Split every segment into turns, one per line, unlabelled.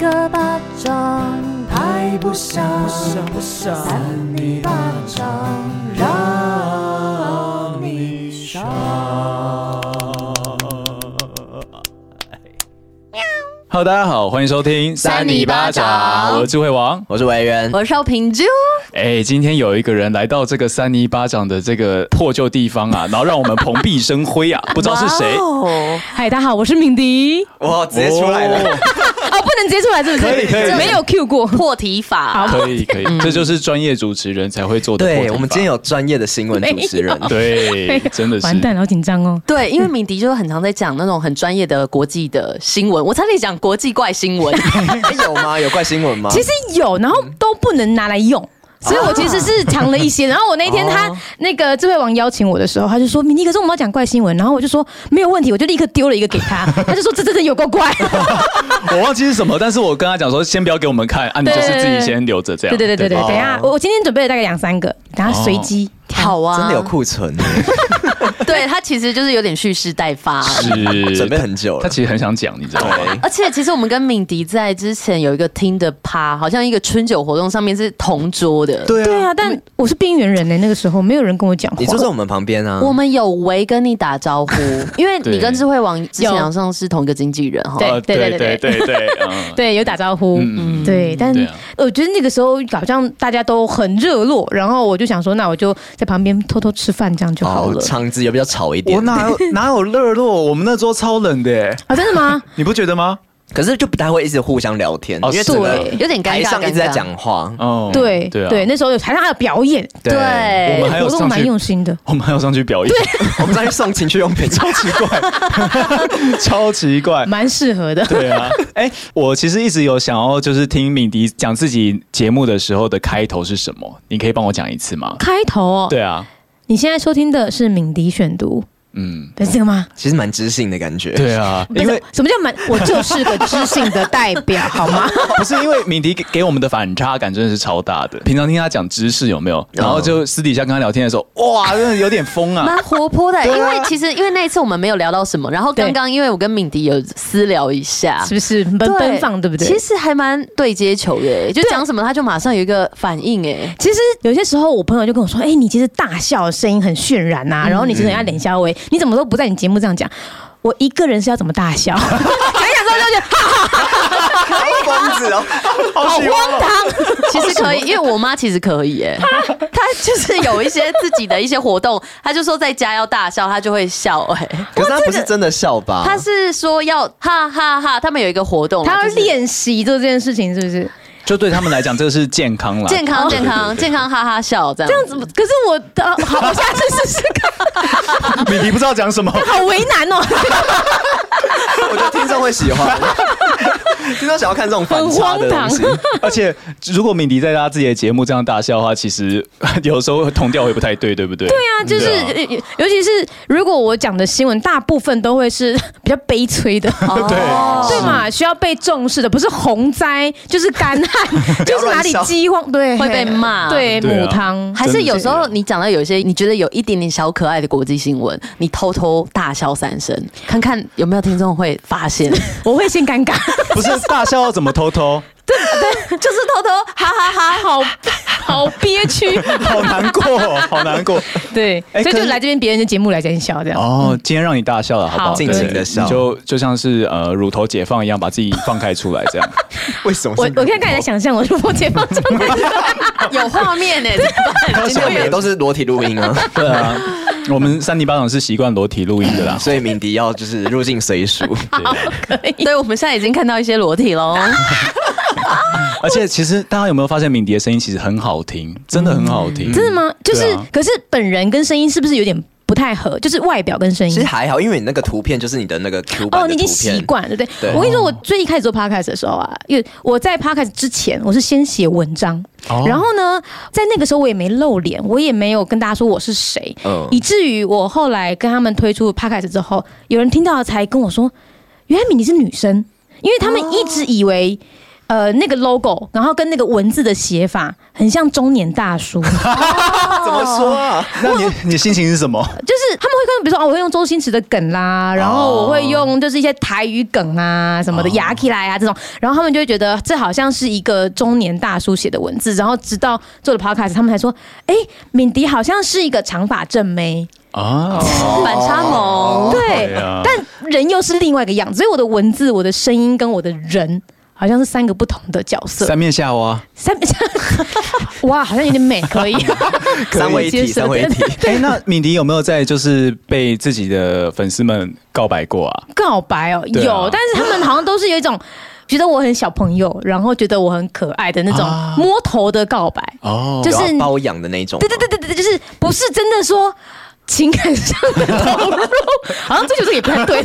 个巴掌拍不响，
不想
扇你巴掌让你伤。
Hello，大家好，欢迎收听
扇你巴掌
我是智慧王。
我是委员，
我是要平啾，
哎，今天有一个人来到这个扇你巴掌的这个破旧地方啊，然后让我们蓬荜生辉啊，不知道是谁。
哦，
嗨，哎大家好，我是敏迪。
我直接出来了。
哦，不能接出 来，是不是？
可以可以
没有 Q 过。
破题法，
可以可以，这就是专业主持人才会做的破题
对，
法
我们今天有专业的新闻主持人，
对，真的是
完蛋了，好紧张哦。
对，因为敏迪就是很常在讲那种很专业的国际的新闻，我差点讲国际怪新 闻，
哎有吗？有怪新闻吗？
其实有，然后都不能拿来用。所以我其实是藏了一些，然后我那天他那个智慧王邀请我的时候，他就说：“敏迪，可是我们要讲怪新闻。”然后我就说：“没有问题。”我就立刻丢了一个给 他，他就说：“这真的有够怪。
我忘记是什么，但是我跟他讲说，先不要给我们看啊，你就是自己先留着这”样。
对对对对哦对，
吧
等一下我我今天准备了大概两三个，等下随机。
好啊，
真的有，库存，
对他其实就是有点蓄势待发。
是
准备很久
他
了。
其实很想讲，你知道吗？
对，
而且其实我们跟敏迪在之前有一个听的趴，好像一个春酒活动上面是同桌的。
对
对啊，但我是边缘人欸呢，那个时候没有人跟我讲话。
你坐在我们旁边啊。
我们有为跟你打招 呼，因为你跟智慧王之前
有
好像是同一个经纪人哈。
对
呃
对
对
对
对对，嗯
对有打招呼，
嗯
对，但
对啊
我觉得那个时候好像大家都很热络，然后我就想说，那我就在旁边偷偷吃饭，这样就好
哦，
了。
场子也比较吵 一
我
点，
哪有哪有热络？我们那桌超冷的耶，
啊，真的吗？
你不觉得吗？
可是就不太会一直互相聊天，
哦
因为整个
对
有点尴
台
尬，
上一直在讲话。
哦，
对
对啊，
对，那时候有台上还有表演，
尴尬。对，
哎
我们还有
活动
上去
蛮用心的。
我们还要上去表演，
我们再去送情趣用品，
超奇怪，超奇 怪。
蛮适合的，
对啊，哎、我其实一直有想要，就是听敏迪讲自己节目的时候的开头是什么，你可以帮我讲一次吗？
开头哦，
对啊，
你现在收听的是敏迪选读，
嗯，
对这个吗？
其实蛮知性的感觉。
对 啊，
不
因为
是，什么叫蛮？我就是个知性的代表，好 吗？
不是因为敏迪给给我们的反差感真的是超大的。平常听他讲知识有没有，然后就私底下跟他聊天的时候，哇，真的有点疯啊。
蛮活泼的、因为其实因为那一次我们没有聊到什么，然后刚刚因为我跟敏迪有私聊一下，
是不是奔
对
奔放，对不对？
其实还蛮对接球的、就讲什么他就马上有一个反应、哎，
其实有些时候，我朋友就跟我说：“哎、你其实大笑的声音很渲染呐、然后你其实很爱冷笑微，你怎么都不在你节目这样讲？我一个人是要怎么大笑？讲一讲之后就觉得
疯子哦，
好荒唐。
其实可以，因为我妈其实可以、 哎，她就是有一些自己的一些活动，她就说在家要大笑，她就会笑、 哎，
可是他不是真的笑吧？
她是说要哈哈哈他们有一个活动啊，
他
就
要
是
练习做这件事情，是不是？
就对他们来讲，这个是健康啦，
健康健 康健康哈哈笑这样，这样
怎么可是我的、呃好，我下次试试看。
康。敏迪不知道讲什么，
好为难 哦，
我觉得听众会喜欢， 听众想要看这种反差的东西
很。
而且如果敏迪在他自己的节目这样大笑的话，其实 有时候同调会不太对，对不对？对啊
那就是呃尤其是如果我讲的新闻，大部分都会是 比较悲催的。
哦
对
对嘛，需要被重视的，不是洪灾，就是干 旱，就是哪里饥荒，对，
会被骂
对，
对啊
母汤，
还是有时候你讲到有一些你觉得有一点点小可爱的国际新闻，你偷偷大笑三声，看看有没有听众会发现，就
我会先尴尬，
不是大笑要怎么偷偷？
是偷偷哈哈哈
好好憋屈。
好难过哦，好难过。
对，
哎
所以
可
就是来这边别人的节目来这边笑这样。
哦，今天让你大笑了，好不好？
好
对
尽情地笑
你就就像是呃乳头解放一样，把自己放开出来这样。
为什么是
我
乳头？
我看刚才在想象我是我解放状态，
哈， 有画面呢、怎么办
而且我们也都是裸体录音啊，
啊 对啊，我们三尼巴掌是习惯裸体录音的 啦。
所以鸣笛要就是入境随 俗。
对，我们现在已经看到一些裸体喽。
而且其实大家有没有发现敏迪的声音其实很好听，真的很好听。
嗯真的吗？就是
对啊，
可是本人跟声音是不是有点不太合？就是外表跟声
其实
音。
还好，因为你那个图片就是你的那个 Q 版
哦，
的
你已
图
经习
片，
惯了，对不
对
对？我跟你说，我最一开始做 podcast 的时候啊，因为我在 podcast 之前，我是先写文章，
哦
然后呢，在那个时候我也没露脸，我也没有跟大家说我是谁，
嗯
以至于我后来跟他们推出 podcast 之后，有人听到了才跟我说，原来米妮是女生，因为他们一直以为。呃，那个 logo，然后跟那个文字的写法很像中年大叔，
怎怎么说啊？
那你你心情是什么？
就是他们会跟，比如说哦，我会用周星驰的梗
哦
啦，然后我会用就是一些台语梗啊什么的，牙起来啊这种，然后他们就会觉得这好像是一个中年大叔写的文字，然后直到做了 podcast，他们才说，哎，敏迪好像是一个长发正妹，
啊，
反差
哦
萌，
对，
啊
但人又是另外一个样子，所以我的文字、我的声音跟我的人。好像是三个不同的角色，
三面下挖。
三 哇，好像有点美，可以
三位一体，三位一体。
哎，那敏迪有没有在就是被自己的粉丝们告白过啊？
告白哦，
对啊
有，但是他们好像都是有一种觉得我很小朋友，然后觉得我很可爱的那种
啊
摸头的告白，
哦
就是
有要啊包养的那种吗，
对对对对对，就是不是真的说。情感上的投入，好像这就是也不太对，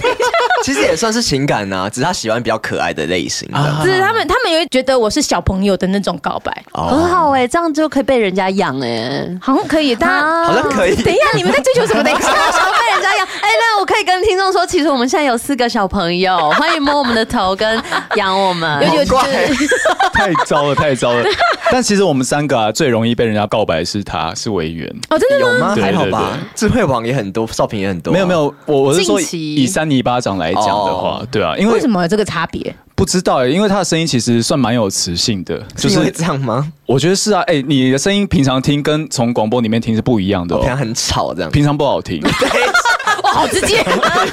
其实也算是情感呐、只是他喜欢比较可爱的类型的。
啊
就是他们他们也会觉得我是小朋友的那种告白，
很好哎，这样就可以被人家养 哎。
好像可以，大家
好像可以
等一下，你们在追求什么？等一下，
想要被人家养，哎、那我可以跟听众说，其实我们现在有四个小朋 友，欢迎摸我们的头跟养我们。
有有
好怪
太糟了，太糟了。但其实我们三个啊，最容易被人家告白是他，是维园。
哦，真的
有
吗？
吗？
对
还好
对
吧，智慧网也很多，少平也很多、啊
没有没，有，我我是说
近期
以三尼巴掌来讲的话
哦，
对啊，因
为
为
什么有这个差别？
不知道欸，因为他的声音其实算蛮有磁性的，就
就
是
因为
是
这样吗？
我觉得是啊，哎，你的声音平常听跟从广播里面听是不一样的
我
哦
平，常很吵这样。
平常不好 听。
哇，好直接。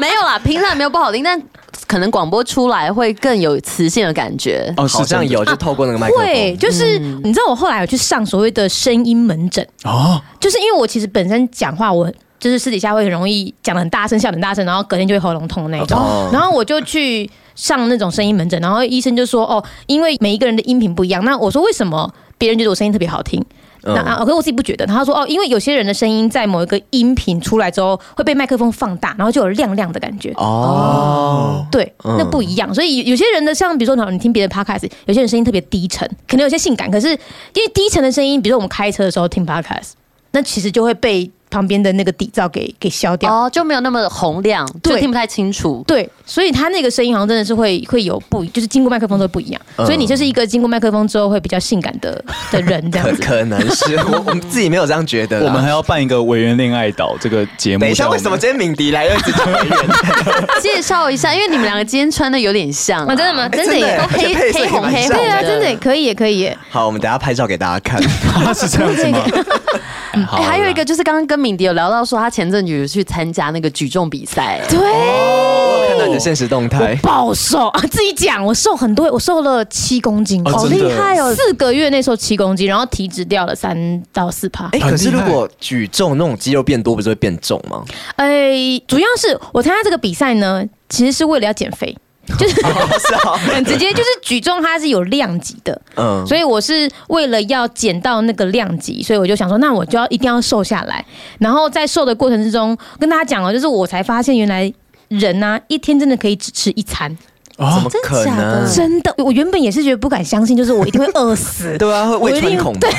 没有啦，平常也没有不好听，但可能广播出来会更有磁性的感觉。
哦，是
好像
这样
有，就透过那个麦克风。
啊会，就是、你知道，我后来有去上所谓的声音门诊，
哦，
就是因为我其实本身讲话我。就是私底下会很容易讲的很大声，笑得很大声，然后隔天就会喉咙痛那种。
哦
然后我就去上那种声音门诊，然后医生就说：“哦，因为每一个人的音频不一样。”那我说：“为什么别人觉得我声音特别好听？”那、
嗯
啊，可是我自己不觉得。他说：“哦，因为有些人的声音在某一个音频出来之后会被麦克风放大，然后就有亮亮的感觉。”
哦，
对，那
嗯
不一样。所以有有些人的像比如说，你听别的 podcast，有些人声音特别低沉，可能有些性感，可是因为低沉的声音，比如说我们开车的时候听 podcast，那其实就会被旁边的那个底噪给给消掉。
哦，就没有那么洪亮，就
对
听不太清楚。
对，所以他那个声音好像真的是会会有不一，就是经过麦克风都不一样。所以你就是一个经过麦克风之后会比较性感的的人这样
可
子。
可能是我我们自己没有这样觉得啦。
我们还要办一个维园恋爱岛这个节目。
啊等一下，
像我
为
们
什么今天敏迪来了直接回人？
介绍一下，因为你们两个今天穿的有点像啊、
啊，真 的吗？真的
真的
耶
耶！
都黑
而且配色
黑
也
红
蛮
黑
像
红
对啊，
的
真的耶可以耶，可以耶。
好，我们等一下拍照给大家 看。
啊是这样子吗？嗯啊
哎、还有一个就是刚刚跟敏迪有聊到说，他前阵子有去参加那个举重比赛，
对，
我有看到你的现实动
哎
态，
暴瘦啊！自己讲，我瘦很多，我瘦了七公斤，
哦
好
真的
厉害哦！
四个月那时候七公斤，然后体脂掉了三到四趴。
哎、
很
可是
厉
如
害
果举重那种肌肉变多，不是会变重吗？
哎、主要是我参加这个比赛呢，其实是为了要减肥，就是
是啊，
很直接，就是举重它是有量级的，
嗯，
所以我是为了要减到那个量级，所以我就想说，那我就要一定要瘦下来。然后在瘦的过程之中，跟大家讲哦，就是我才发现原来。人呐、一天真的可以只吃一餐，
怎么可
真假的
嗯
能？
真的。我原本也是觉得不敢相信，就是我一定会饿死，
对啊，会
我
胃
一定
穿孔吗
对，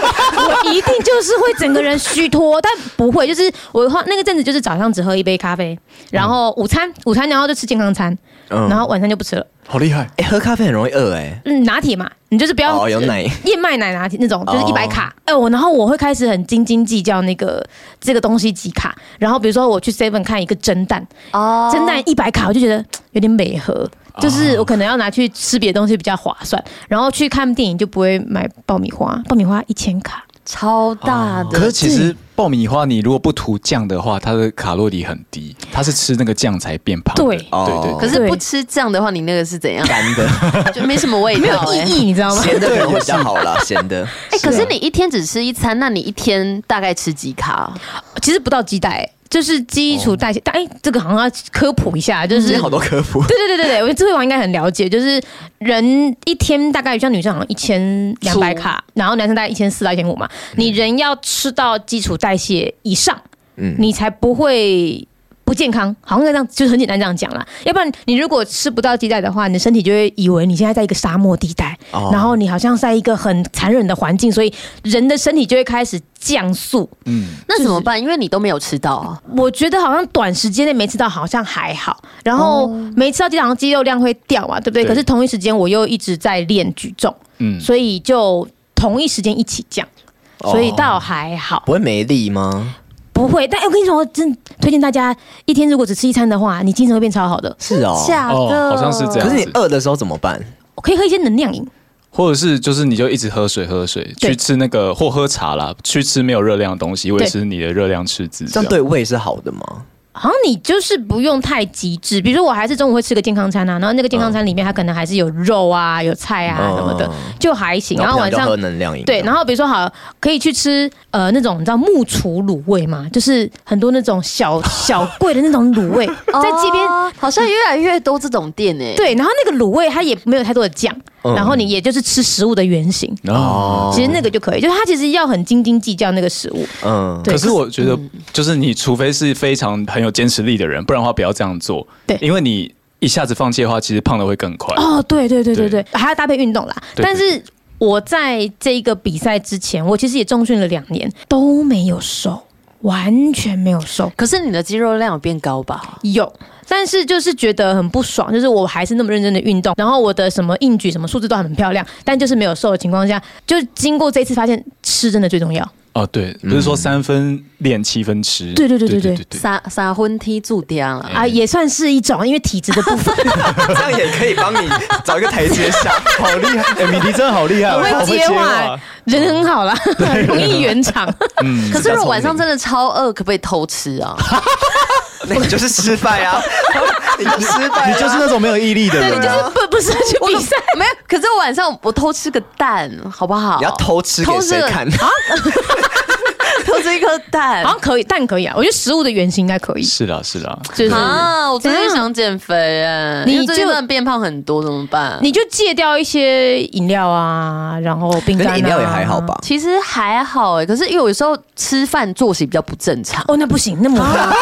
我一定就是会整个人虚脱，但不会，就是我后那个阵子就是早上只喝一杯咖啡，然后午餐午餐然后就吃健康餐，
嗯
然后晚餐就不吃了。
好厉害，
哎、喝咖啡很容易饿哎、
嗯，拿铁嘛，你就是不要、
哦有奶
燕麦奶拿铁那种，就是
哦
一百卡。哎、我然后我会开始很斤斤计较那个这个东西几卡，然后比如说我去 Seven 看一个蒸蛋，
哦，
蒸蛋一百卡，我就觉得嘖有点美和。
哦
就是我可能要拿去吃别的东西比较划算，然后去看电影就不会买爆米花，爆米花一千卡，
超大的。
可是其实爆米花你如果不涂酱的话，它的卡路里很低，它是吃那个酱才变胖的。
对
对对
哦
可是不吃酱的话，你那个是怎样？
干 的，
就没什么味
没有
哦
道、哎
意义，你知道吗？
咸的可能会比较好啦，咸的。
哎、可是你一天只吃一餐，那你一天大概吃几卡？
其实不到基带、就是基础代谢。但哎、这个好像要科普一下，就
今
是
嗯天好多科普，
对对对对对，我觉得智慧王应该很了解，就是人一天大概像女生好像一千两百卡，
哦
然后男生大概一千四到一千五嘛，你人要吃到基础代谢以上，
嗯
你才不会。不健康，好像这样就是很简单这样讲啦。要不然你如果吃不到鸡蛋的话，你的身体就会以为你现在在一个沙漠地带，
哦
然后你好像在一个很残忍的环境，所以人的身体就会开始降速。
嗯
那怎么办？因为你都没有吃到啊、
我觉得好像短时间内没吃到好像还好，然后
哦
没吃到基本上肌肉量会掉嘛，对不对？
对
可是同一时间我又一直在练举重，
嗯
所以就同一时间一起降。
哦
所以倒还好，
不会没力吗？
不会。但哎我跟你说，真推荐大家一天如果只吃一餐的话，你精神会变超好的。
是哦，
啊
假的、
哦好像是这样
可是你饿的时候怎么办？
可以喝一些能量饮，
或者是就是你就一直喝水喝水，
对
去吃那个或喝茶啦，去吃没有热量的东西，维持你的热量赤字。
这样对胃是好的吗？
好像你就是不用太极致，比如说我还是中午会吃个健康餐啊，然后那个健康餐里面它可能还是有肉啊、有菜啊
嗯
什么的，就还行。然
然
后
后晚
晚
上
上
喝能量饮。
对，然后比如说好可以去吃呃那种你知道木厨卤味嘛，就是很多那 种小小贵的那种卤味，在街边。
哦 好像越来越多这种店哎诶、，
对，然后那个卤味它也没有太多的酱，
嗯
然后你也就是吃食物的原型，
哦。
哦
其实那个就可以，就是它其实要很斤斤计较那个食物。
嗯，
对
可是我觉得，就是你除非是非常很有坚持力的人，不然的话不要这样做。
对
因为你一下子放弃的话，其实胖的会更快。
哦，对对对对
对
对，还要搭配运动啦。
对对
但是我在这一个比赛之前，我其实也重训了两年，都没有瘦，完全没有瘦。
可是你的肌肉量有变高吧？
有，但是就是觉得很不爽，就是我还是那么认真的运动，然后我的什么硬举、什么数字都很漂亮，但就是没有瘦的情况下，就经过这一次发现，吃真的最重要。
哦，对，不是说三分练七分吃。
对对对对对
撒撒婚踢住掉了，
嗯
啊，也算是一种，因为体质的部 分，
这样也可以帮你找一个台阶 下。
好厉害！ 哎，米迪真的好厉害，
我 会接话，啊人很好啦，很容易圆场。
嗯，
可是如果晚上真的超饿，可不可以偷吃啊？
那你就是失败啊！ 你就失败啊，
你就是那种没有毅力的
对，
人啊
你 就。是不不是去比赛，
没有，可是我晚上我偷吃个蛋，好不好？
你要偷吃给谁看
偷？吃 个 偷吃一颗蛋
好像可以，但可以啊，我觉得食物的原型应该可以，
是啦是啦，
就是。
啊！我最近想减肥哎、
你
因为最近
就
真的变胖很多，怎么办？
你就戒掉一些饮料啊，然后饼
可
干、啊。
是饮料也还好吧？
其实还好哎、可是因为有时候吃饭作息比较不正常，
哦，那不行，那么、
啊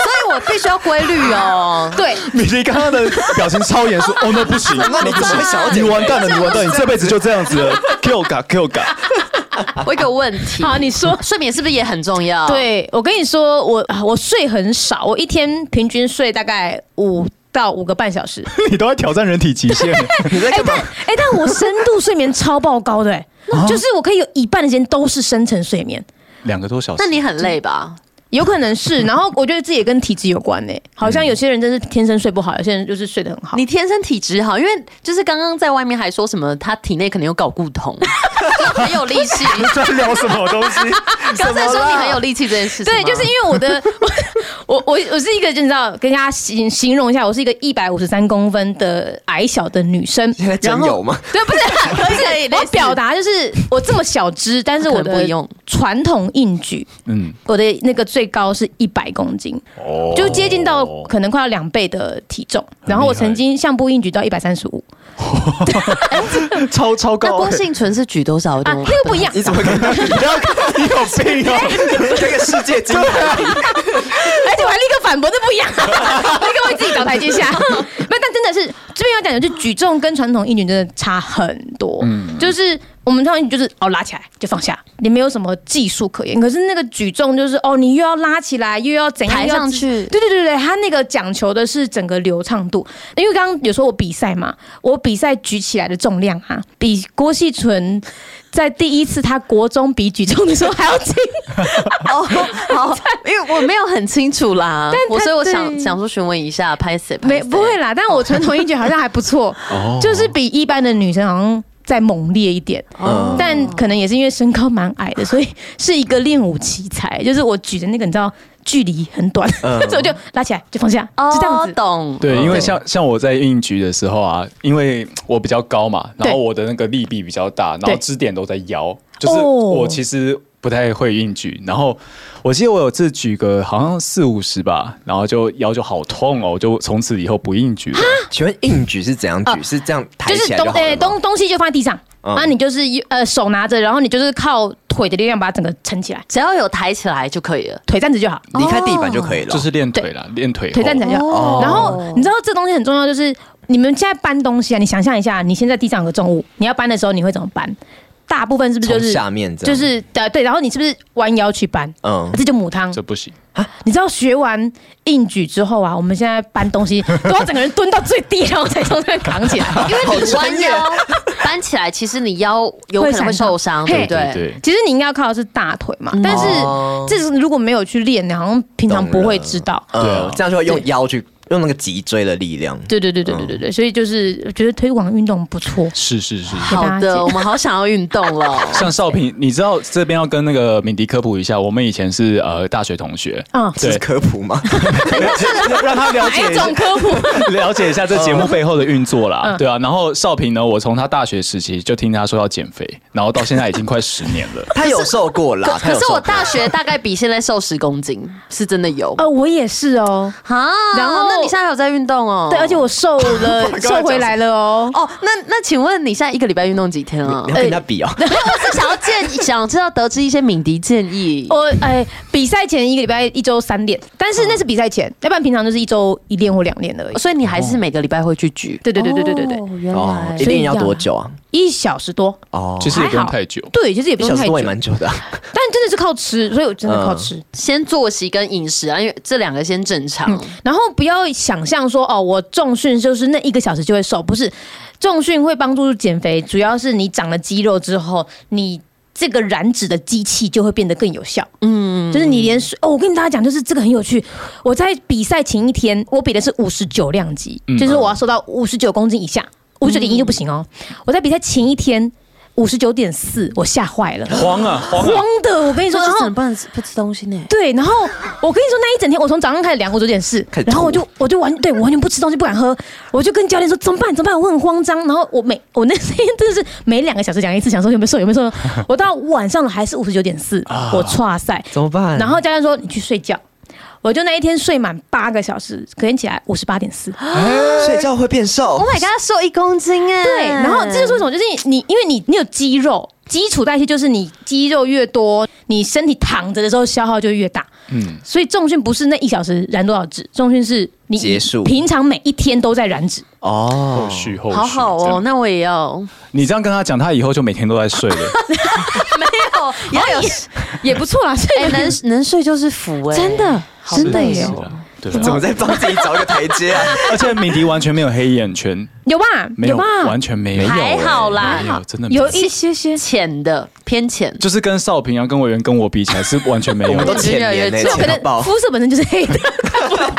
所以我必须要规律 哦。
对，
米迪刚刚的表情超严肃，哦，那不行，
那你
不
怎么会想要
行，
减
你
肥
完蛋了，你完蛋，你这辈子就这样子了，Q 嘎 Q 嘎，
我有一个问题，
好，你说。
睡眠是不是也很重要？，
对，我跟你说，我啊我睡很少，我一天平均睡大概五到五个半小 时。
你都在挑战人体极限。
你在干嘛？
哎、但我深度睡眠超爆高的、哎，就是我可以有一半的时间都是深层睡眠，
两个多小时
那，你很累吧？
有可能 是。然后我觉得这也跟体质有关呢、哎好像有些人真是天生睡不好，有些人就是睡得很好。
你天生体质好，因为就是刚刚在外面还说什么，他体内可能有睾固酮， 就很有力气。
在聊什么东西？
刚才说你很有力气这件事情吗，
对，就是因为我的 我我我我是一个，你知道，跟大家形形容一下，我是一个一百五十三公分的矮小的女生。
现在真
然后
有吗？
对，不是不
可以
是，
类
我
似
表达就是我这么小只，但是我
可能
的
不用
传统硬举，
嗯，
我的那个最高是一百公斤，
哦
就接近到 可能快要两倍的体重。然后我曾经相扑硬举到一百三十五
超超
那
高
郭
欸，
幸存是举多少
啊，
的？
那个不一样。
你怎么跟他比？
你不要你有病哦！
这个世界金牌比，
而且我还立刻反驳，这不一样，立刻为自己找台阶 下。没有，但真的是这边要讲的，就举重跟传统硬举真的差很多。就是我们传统硬举就是哦拉起来就放下，你没有什么技术可言。可是那个举重就是哦，你又要拉起来，又要怎样
抬
又要
上去
对对对对，他那个讲求的是整个流畅度。因为刚刚有说我比赛嘛，我比赛举起来的重量啊，比郭细纯。在第一次他国中比举重的时候还要轻，
哦，好， 因为我没有很清楚啦，
但
我
他
所以我
对
想想说询问一下，拍谁？拍
没
谁
不会啦，但我传统音觉好像还不 错，
哦
就是比一般的女生好像再猛烈一点，
嗯，
但可能也是因为身高蛮矮的，所以是一个练武奇才。就是我举的那个，你知道距离很短，
嗯
所以我就拉起来就放下，就这样
哦，
子。
懂。
对，
嗯
因为像像我在硬举的时候啊，因为我比较高嘛，然后
对
我的那个力臂比较大，然后
对
支点都在腰，就是
哦
我其实不太会硬举。然后我记得我有次举个好像四五十吧，然后就腰就好痛哦，我就从此以后不硬举了。
请问硬举是怎样举？是这样抬
就
起
是
来就
东
好了吗
东哎东西就放在地上，
嗯
然后你就是呃手拿着，然后你就是靠腿的力量把它整个撑起来，
只要有抬起来就可以了。
腿站着就好。
离开地板就可以了。
就是练腿啦，练腿后
腿站起来就
哦
好。然后你知道这东西很重要，就是你们现在搬东西啊，你想象一下，你现在地上有个重物，你要搬的时候你会怎么搬？大部分是不是就是
从下面这样
就是对对，然后你是不是弯腰去搬？
嗯
这就母汤
这。不行。
你知道学完硬举之后啊，我们 现在搬东西都要整个人蹲到最低，然后才从这边扛起来。
因为你弯腰，翻起来，其实你腰有可能会受伤，对
会闪
不
到
对
对？
对，
其实你应该要靠的是大腿嘛，但是
哦
这是如果没有去练，你好像平常不会知道。
对啊
嗯，这样就会用腰去用那个脊椎的力量。
对对对对对对对，所以就是我觉得推广运动不错。
是是是。
给大
好
家
的，
解
我们好想要运动 了。
像少平，你知道这边要跟那个敏迪科普一下，我们以前是呃大学同学，
嗯，
这
对
是科普吗？
让他了解
哪
一
一
下
种科普？
了解一下这节目背后的运作啦
嗯，
对啊。然后少平呢，我从他大学时期就听他说要减肥，然后到现在已经快十年了。
他有瘦过啦
可，
他
可
有
是
瘦过
我大学大概比现在瘦十公斤，是真的有
呃，我也是哦。
啊。
然后
那你现在还有在运动哦？
对，而且我 瘦了，瘦回来了哦。
哦，那那请问你现在一个礼拜运动几天啊
你？要跟人家比哦，
没有，我是想要建，想知道得知一些敏迪建议。
哦
我哎，比赛前一个礼拜一周三练，但是那是比赛
哦
前，要不然平常就是一周一练或两练而已。
所以你还是每个礼拜会去举？
对对对对对对对，
哦，原
哦，
来
一定要多久啊？
一小时多，
哦，
其实也不
还
用
好
太久，
对，其实也
一
不
小
用
时
太久
多，也蛮久的啊。
但真的是靠吃，所以我真
嗯
的靠吃。
先作息跟饮食啊，因为这两个先正常。
然后不要想象说哦，我重训就是那一个小时就会瘦，不是重训会帮助减肥，主要是你长了肌肉之后，你这个燃脂的机器就会变得更有效。嗯，就是你连水哦，我跟大家讲，就是这个很有趣。我在比赛前一天，我比的是五十九量级，就是我要瘦到五十九公斤以下，五十九点一就不行哦。我在比赛前一天五十九点四，我吓坏了，
慌啊慌
慌
啊！
的，我跟你说，然后
不能不吃东西呢？
对，然后我跟你说那一整天，我从早上开始量我九点四
开始，吐
然后我就我就完对我完全不吃东西不敢喝，我就跟教练说怎么办怎么办，我很慌张。然后我每我那天真的是每两个小时量一次，想说有没有瘦有没有瘦，我到晚上了还是五十九点四，
啊
我哇塞。
怎么办？
然后教练说你去睡觉，我就那一天睡满八个小时，隔天起来五十八点四。
睡觉会变瘦
Oh my god，瘦一公斤哎！
对，然后这就是为什么，就是你你因为你你有肌肉，基础代谢就是你肌肉越多，你身体躺着的时候消耗就越大。嗯，所以重训不是那一小时燃多少脂，重训是你
结束
平常每一天都在燃脂。
哦
后。续后续，
好好
这
哦
样，。
那我也要，
你这样跟他讲，他以后就每天都在睡了。
没 有，也要有，
也不 错啦，所以
哎，能能睡就是福哎，
真的
好
真的
累
耶
哦，
对
怎
啊，
么在帮自己找一个台阶啊？
而且敏迪完全没有黑眼圈，
有吧？
没有
吧？
完全没有，
还好啦
没有真的没
有
有，
一些些，
浅的偏浅。
就是跟少平啊、跟委员跟我比起来是完全没
我
有
们 都
的，
浅年呢，
所以我可
浅到
能
爆。
肤色本身就是黑 的。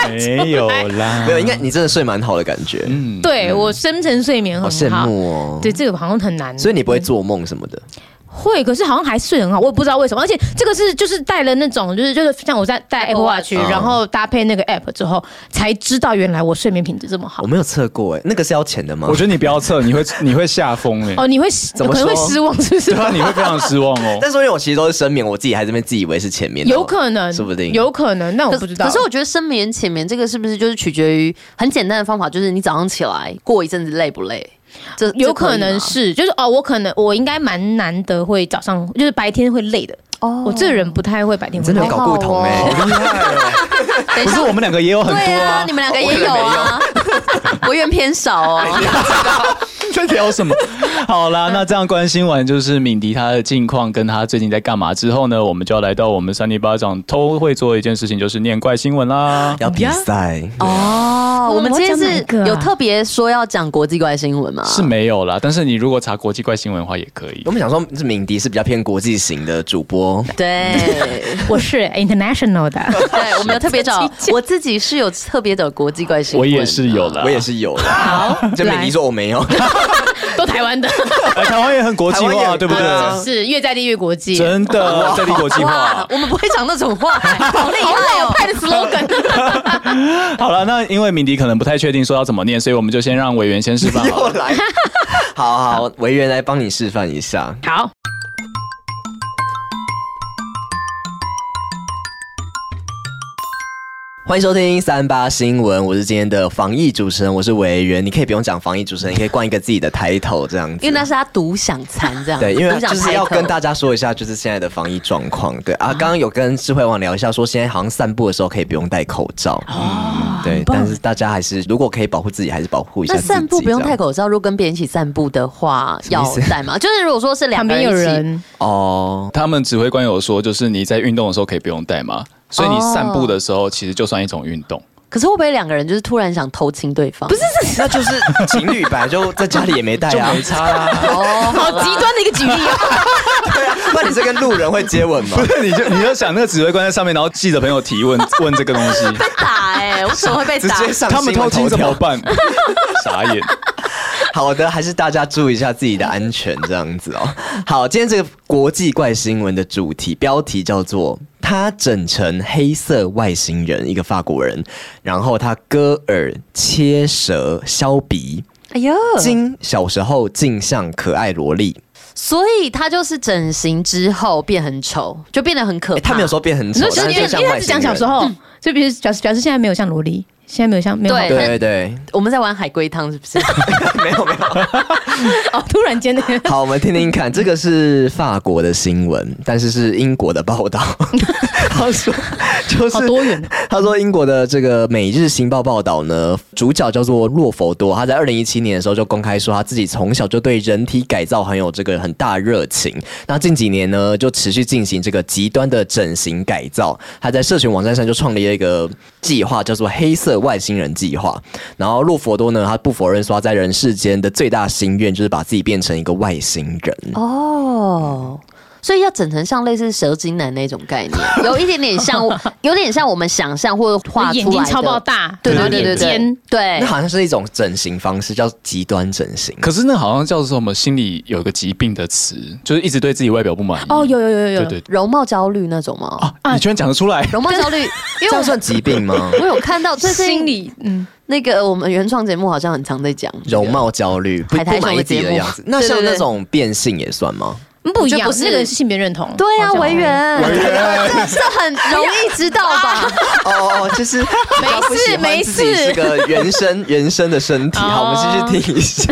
没有啦，
没有，应该你真的睡蛮好的感觉，
嗯，
对我深层睡眠
好
很
羡
好。
慕哦。
对，这个好像很难，
所以你不会做梦什么的，
会，可是好像还睡很好，我也不知道为什么。而且这个是就是带了那种，就是就是像我在带 Apple Watch，、
Watch
然后搭配那个 App 之后，才知道原来我睡眠品质这么好
我。没有测过哎，那个是要钱的吗？
我觉得你不要测，你会你会吓疯哎，
哦，你会
怎么
可能会
说
失望，是不是
对？啊，你会非常失望 哦。
但是因为我其实都是深眠，我自己还这边自以为是前面的，
有可能，
说不定
有可能，但我不知道。
可是我觉得深眠浅眠这个是不是就是取决于很简单的方法，就是你早上起来过一阵子累不累？这
有可能。
这以吗
是，就是哦，我可能我应该蛮难得会早上，就是白天会累的。哦，我这个人不太会白天
你
会
真
累
的有。搞不同哎，
好
好厉害哦！
等一
不
下
是，我们两个也有很
对
多
啊，
啊
你，们两个也有啊， 我愿偏少哦。
在聊什么？ 好啦，那这样关心完就是敏迪她的近况跟她最近在干嘛之后呢，我们就要来到我们三里巴掌都会做的一件事情，就是念怪新闻 啦。
要比赛，
哦，
嗯
我们今天
我要讲哪个
是
啊
有特别说要讲国际怪新闻吗？
是没有啦，但是你如果查国际怪新闻的话也可以
我。们想说，是敏迪是比较偏国际型的主 播，
对
我是 international 的，
对，我们有特别找， 我自己是有特别找国际怪新
我
闻，
也是有。啦，
我也。是有的。好， 就敏迪说我没 有，
都台湾的，
哎，台湾也很国际
台湾
化，
也
对不对？
对啊
是越在地越国际。
真的，在立国际
哇
化，。
我们不会讲那 种话，好厉
好
害
老
哦！
派的 slogan，
好了，那因为敏迪可能不太确定说要怎么念，所以我们就先让委员先示范好
又
了。
来。好好，维园来帮你示范一下。
好，
欢迎收听三八新闻，我是今天的防疫主持人，我是维园。你可以不用讲防疫主持人，你可以冠一个自己的 title 这样子。
因为那是他独享餐这样，
对，因为
独享
就是要
title
跟大家说一下，就是现在的防疫状况。对啊，刚刚有跟智慧网聊一下，说现在好像散步的时候可以不用戴口罩。
哦
嗯，对，但是大家还是如果可以保护自己，还是保护一下
那
自己这样。
散步不用戴口罩，如果跟别人一起散步的话，要
么意思
戴吗？就是如果说是两
旁
个
边有
一起，
人，
哦。
他们指挥官有说，就是你在运动的时候可以不用戴嘛，所以你散步的时候其实就算一种运动。
可是会不会两个人就是突然想偷亲对方？
不是是
那就是情侣本来就在家里也没带 啊，没差啊。
哦，
好极端的一个举例哦。
对啊， 那你是跟路人会接吻吗
不？是，你就你就想那个指挥官在上面，然后记者朋友提问 问这个东西，
被打哎、我手会 被
直
打。
接上
他们偷
新
听
闻头
怎
条
么办？ 傻眼。
好的，还是大家注意一下自己的安全，这样子哦。好，今天这个国际怪新闻的主题标题叫做“他整成黑色外星人”，一个法国人，然后他割耳、切舌、削鼻，
哎呦，
经小时候镜像可爱萝莉。
所以他就是整形之后变很丑，就变得很可
诶哎
怕。
他没有说变很
哦你
丑
说，
但
是
是
因
就
为
像
因为他
外
只
星
讲
人。
小时候，就比如表示表示现在没有像萝莉，现在没有像没有好
对
看
对 对，
我们在玩海龟汤是不是？
没有没有。
哦，突然间那个
好，我们听听看，这个是法国的新闻，但是是英国的报道。 他说，就是
好多元
他说，英国的这个《每日新报》报道呢，主角叫做洛佛多，他在二零一七年的时候就公开说他自己从小就对人体改造很有这个很大热情。那近几年呢，就持续进行这个极端的整形改造。他在社群网站上就创立了一个计划，叫做“黑色外星人计划”。然后洛佛多呢，他不否认说他在人世间的最大心愿就是把自己变成一个外星人。
哦。所以要整成像类似蛇精男那种概念，有一点点 像，有点像我们想象或画出来的
眼睛超爆，大，
对
然
对对对
后脸
对
尖，
对
那，好像是一种整形方式，叫极端整形。
可是那好像叫做什么心理有个疾病的词，就是一直对自己外表不满意。
哦，有有有有
对
有，
对对
容貌焦虑那种吗？
啊，你居然讲得出来，
容貌焦虑，因
哦 这
为
样
我
算疾病吗？
我有看到最
心
近
理嗯，
那个我们原创节目好像很常在讲
容貌焦虑，不
海苔
不满
熊
意
的
自己
节
的
目
样子。那
对对
像那
对
种变性也算吗？
嗯不一
我觉得
样，
不是
那个是性别认同，
对啊，
好像
维 园，
维园
这这很容易知道 吧？
哦哦，就是 比较不喜欢自己
没事
是个原 生原生的身体。好，我们继续听一 下。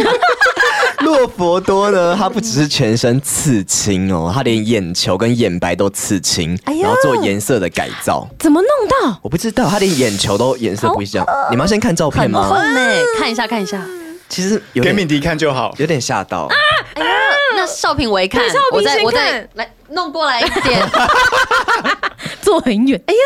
洛佛多呢，他不只是全身刺青哦，他连眼球跟眼白都刺青，
哎呦
然后做颜色的改造。
怎么弄到？
我不知道，他连眼球都颜色不一样。你们要先看照片
很
吗？
痛欸呢，哎看一下看一下。
其实有
给
点
敏迪看就好。
有点吓到。
哎呀，那少平我一看
对少，平
我再
先
我再
看
来弄过来一点，
坐很远，哎呀，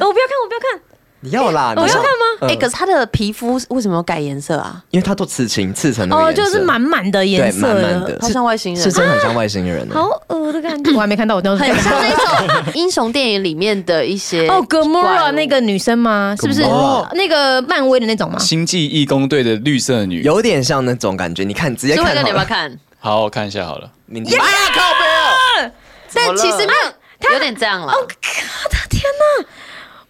我不要看，我不要看，
你要啦，你
我要看吗
嗯
哎，可是他的皮肤为什么有改颜色啊？
因为他都刺青，刺成那个
哦，
颜色
就是满满的颜
对
色
满满的
了，，
好像外星人
是真的很像外星啊人欸呢。
好恶的感觉，我还没看到，我当 时
很像 那种英雄电影里面的一些
哦，Gamora
怪物
那个女生吗？是不是
Gamora
哦那个漫威的那种吗？
星际义工队的绿色女，
有点像那种感觉。你看，直接
智
看
慧哥，你
好
要不要
了。
看？
好，我看一下好了。
你
啊，靠背哦！
但其实
怎
没
么
啊有，有哦点这样了。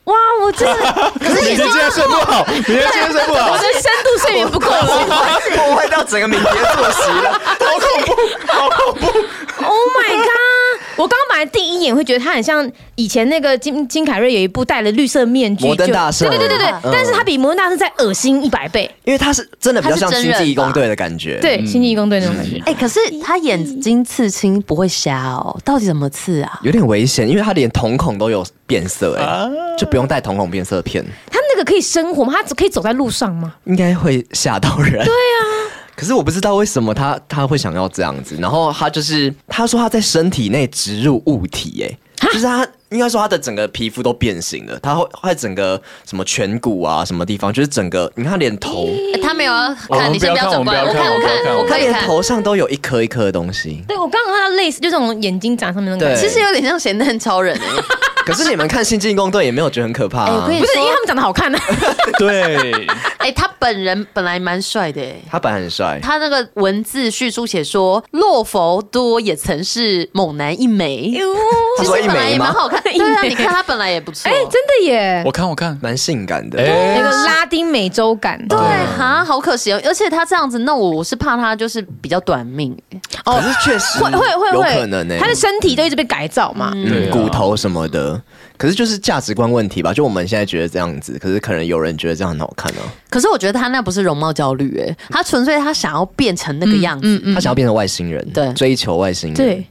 哇，我真 的，
可是
你
也
的
是
今天睡不好，你的今天睡不好
我，的深度睡 眠不够了
破坏到整个明天作息了。
好恐怖，好恐怖！
，Oh my god！我刚刚本来第一眼会觉得她很像以前那个金金凯瑞有一部戴了绿色面具，
摩登
就
大圣
对对对对
嗯
对，但是她比摩登大圣再恶心一百倍，
因为他是真的比较像
他是真
星
人
际义工队的感觉。，
对，星际义工队那种感觉。
哎、可是他眼睛刺青不会瞎哦，到底怎么刺啊？
有点危险，因为他连瞳孔都有变色，哎，就不用带瞳孔变色片，
他那个可以生活吗？他只可以走在路上吗？
应该会吓到人。对啊。可是我不知道为什么他他会想要这样子，然后他就是他说他在身体内植入物体，哎，就是他应该说他的整个皮肤都变形了，他会会整个什么颧骨啊什么地方，就是整个你看他连头，
哎他没有要
我
看，
们
你先
不要
不要
看我们
转过来，我
不要
看，我
看
看，
我
我
们
他
可以
连
看。
头上都有一颗一颗的东西。
对，我刚刚看到类似就这种眼睛长上面那种感
对
觉，
其实有点像咸蛋超人哎、
可是你们看《新进攻队》也没有觉得很可怕、
哎我
啊
跟你
不是
说
因为他们长得好 看啊，
对，
哎、他本人本来蛮帅的哎、
他本来很帅，
他那个文字叙述写说，洛佛多也曾是猛男一枚，
他
其实
说一
本来
枚
也蛮
吗？
好看。
一枚
对啊，你看他本来也不错。
哎，真的耶
我，看我看，
蛮性感的。
有
哎
个，拉丁美洲感。
对啊哈，好可惜哦！而且他这样子弄我，我是怕他就是比较短命。
可是确实
会会会
有
会，
可能欸呢、
他的身体都一直被改造嘛。
对啊
嗯骨头什么的。可是就是价值观问题吧，就我们现在觉得这样子，可是可能有人觉得这样很好看哦、
可是我觉得他那不是容貌焦虑，哎，他纯粹他想要变成那个样子。
他想要变成外星人，
对
追求外星人。，
对，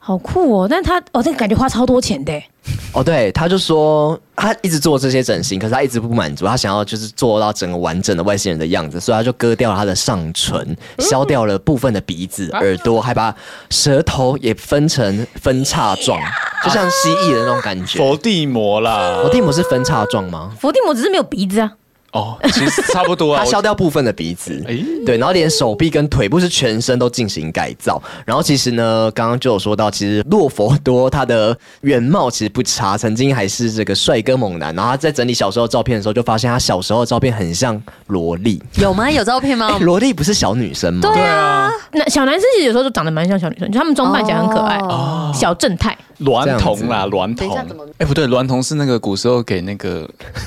好酷哦！但他哦，这个感觉花超多钱的耶，欸
哦，对，他就说他一直做这些整形，可是他一直不满足，他想要就是做到整个完整的外星人的样子，所以他就割掉了他的上唇，削掉了部分的鼻子、耳朵，还把舌头也分成分叉状。就像蜥蜴的那种感觉。
伏地魔啦
伏，地魔是分叉状吗？
伏地魔只是没有鼻子啊，
哦，其实差不多啊
他。削掉部分的鼻子，
哎
对，然后连手臂跟腿部是全身都进行改造。然后其实呢，刚刚就有说到，其实洛佛多他的原貌其实不差，曾经还是这个帅哥猛男。然后他在整理小时候照片的时候，就发现他小时候的照片很像萝莉。
有吗？有照片吗
哎，？萝莉不是小女生吗？
对啊，
那小男生其实有时候就长得蛮像小女生，就他们装扮起来很可爱，
哦
小正太。
娈童啦，娈
等一
童
下怎么。
哎，不对，娈童是那个古时候给那 个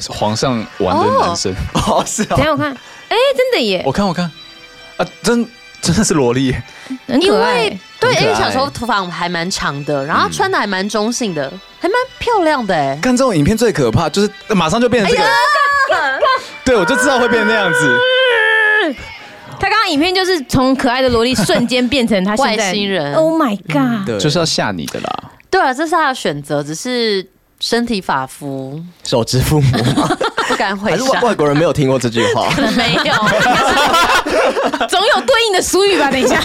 皇上玩的男生。
哦，是哦
等一。下我看，哎，真的耶，
我看，我看，啊，真真的是萝莉。
很
因
可
为
爱。
对，
很可爱
因为小时候头发还蛮长的，然后穿的还蛮中性的，嗯还蛮漂亮的哎。
看这种影片最可怕，就是马上就变成这个。对，我就知道会变那样子。
他刚刚影片就是从可爱的萝莉瞬间变成他现在
外星人
Oh my god！
对，
就是要吓你的啦。
对啊，这是他的选择，只是身体发肤，
手之父母 吗，
不敢回
还是啊外
想。
哎外国人没有听过这句话？
可能没有，
总有对应的俗语吧？等一下，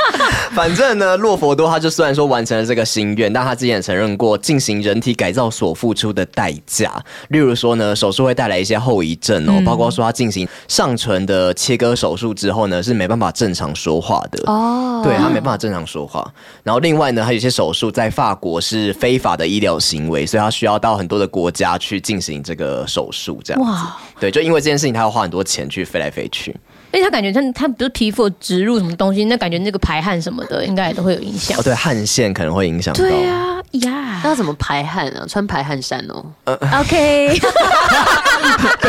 反正呢，洛佛多他就虽然说完成了这个心愿，但他之前也承认过进行人体改造所付出的代价，例如说呢，手术会带来一些后遗症哦，
嗯
包括说他进行上唇的切割手术之后呢，是没办法正常说话的哦，对他没办法正常说话。然后另外呢，还有一些手术在法国是非法的医疗行为，所以他需要到很多的国家去进行这个手术，这样子。对，就因为这件事情，他要花很多钱去飞来飞去。
因为他感觉他他不是皮肤有植入什么东西，那感觉那个排汗什么的应该也都会有影响
哦，。对，汗腺可能会影响到。
对啊呀
那怎么排汗啊？穿排汗衫哦。
，OK，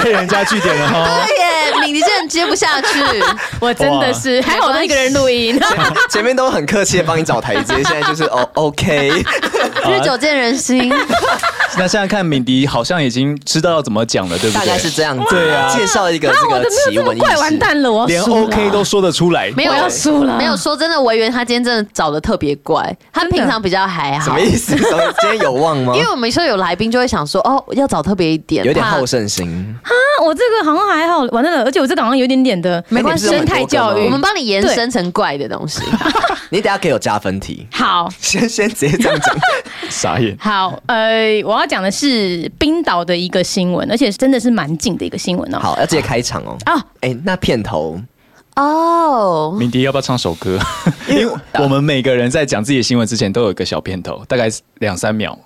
被人家据点了
哎
哈。
对耶，敏迪竟然接不下去，
我真的是还好我都一个人 录音，
前面都很客气的帮你找台阶，现在就是哦，OK，
日久见人 心。
那现在看敏迪好像已经知道要怎么讲了，对不
大
对？
概是这样子。
对啊
介绍一个这
我
个
的没
奇
有这么
闻异
快，完
事。
蛋了，我要
连
输了
OK 都说得出来。
没
我要
有
输了，
没有说真的，维园他今天真的找的特别怪，他
真的
平常比较还
什
好
么。意思？什么今天有望吗
因？为我们说有来宾就会想说，哦，要找特别一点，
有点
怕
好胜心，
啊， 我这个好像还好，完蛋了，而且我这个好像有一点点的
没关系
生态教育，
我们帮你延伸成怪的东西。
你等下可以有加分题。
好。
先先直接这样讲，
傻眼。
好，呃，我要讲的是冰岛的一个新闻，而且真的是蛮近的一个新闻 哦。
好，要直接开场哦。
啊，
哎，那片头
哦，
敏迪要不要唱首歌？ 因为我们每个人在讲自己的新闻之前都有一个小片头，大概是两三 秒。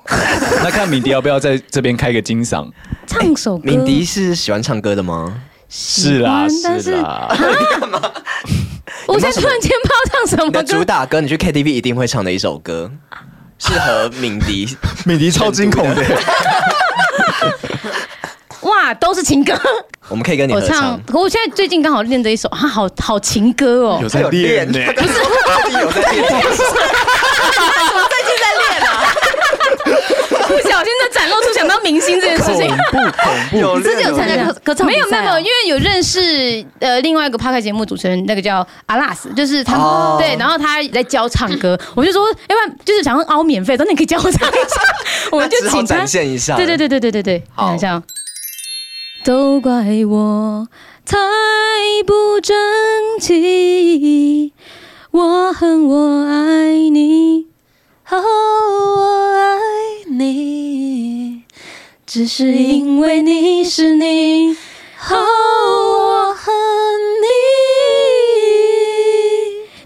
那看敏迪要不要在这边开个金嗓？
唱首歌，
哎敏迪是喜欢唱歌的吗？
是啦，
喜欢
是啦。
我现在突然间不知道
你的
哦唱什
主
么歌。
打歌，你去 KTV 一定会唱的一首歌，适合敏 迪。
敏迪超惊恐的，
哇，都是情歌，
我们可以 跟你
我
合
唱
唱。。
可我现在最近刚好练着一首，啊，好好情歌哦
有。在练呢。
他刚刚 有在练。
不小心就展露出想到明星这件事情。
有
之前有参加歌歌唱比
没
赛
有
哦
没有没有，因为有认识呃另外一个 p o 节目主持人，那个叫阿拉斯，就是他、
哦
对，然后他在教唱歌，我就说，要不然就是想要凹免费，说你可以教我唱一下， 我们就
只好
请他
展现一下。
对对对对对对对，
好
等一下哦。都怪我太不争气，我恨我爱你，
哦，我爱你，
只是因为你是你。
哦，我恨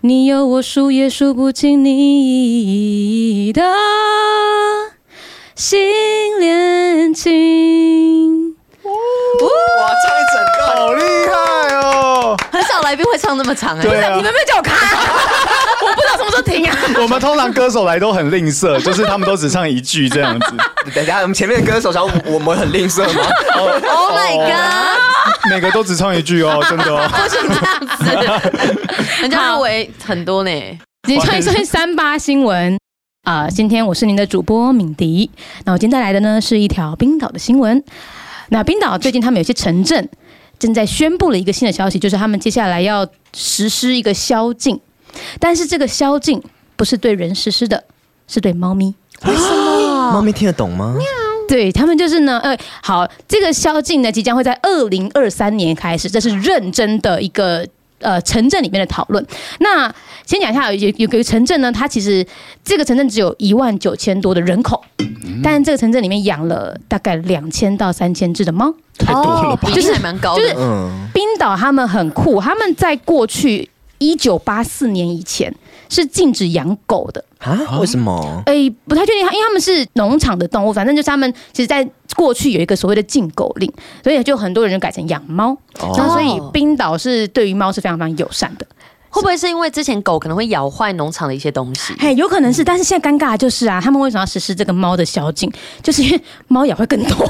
你。
你有我数也数不清你的新恋情。
哇，唱一整段，
好厉害哦！
很少来宾会唱那么 长哎、
对啊，
没有叫我卡、我不知道什么时候停啊！
我们通常歌手来都很吝啬，就是他们都只唱一句这样子。
等一下，我们前面的歌手想我们很吝啬 吗？
Oh my god，
每个都只唱一句哦，真的哦。
不行这样子， 人家入围很多呢。
你看一下三八新闻啊、今天我是您的主播敏迪。那我今天带来的呢是一条冰岛的新闻。那冰岛最近他们有些城镇正在宣布了一个新的消息，就是他们接下来要实施一个宵禁，但是这个宵禁不是对人实施的，是对猫咪。
猫咪听得懂吗？
对他们就是呢，呃，好，这个宵禁呢即将会在二零二三年开始，这是认真的一个。呃城镇里面的讨论。那先讲一下，有有个城镇呢，它其实这个城镇只有一万九千多的人口，但这个城镇里面养了大概两千到三千只的猫。
太多了吧？
比哦例还蛮高的，
就是
嗯
冰岛他们很酷，他们在过去一九八四年以前是禁止养狗的。
啊？为什么？
诶，哎不太确定，因为他们是农场的动物，反正就是他们其实在过去有一个所谓的禁狗令，所以就很多人就改成养猫。然后所以冰岛是对于猫是非常非常友善的。
会不会是因为之前狗可能会咬坏农场的一些东西？
嘿，有可能是，但是现在尴尬的就是啊，他们为什么要实施这个猫的宵禁？就是因为猫咬会更多，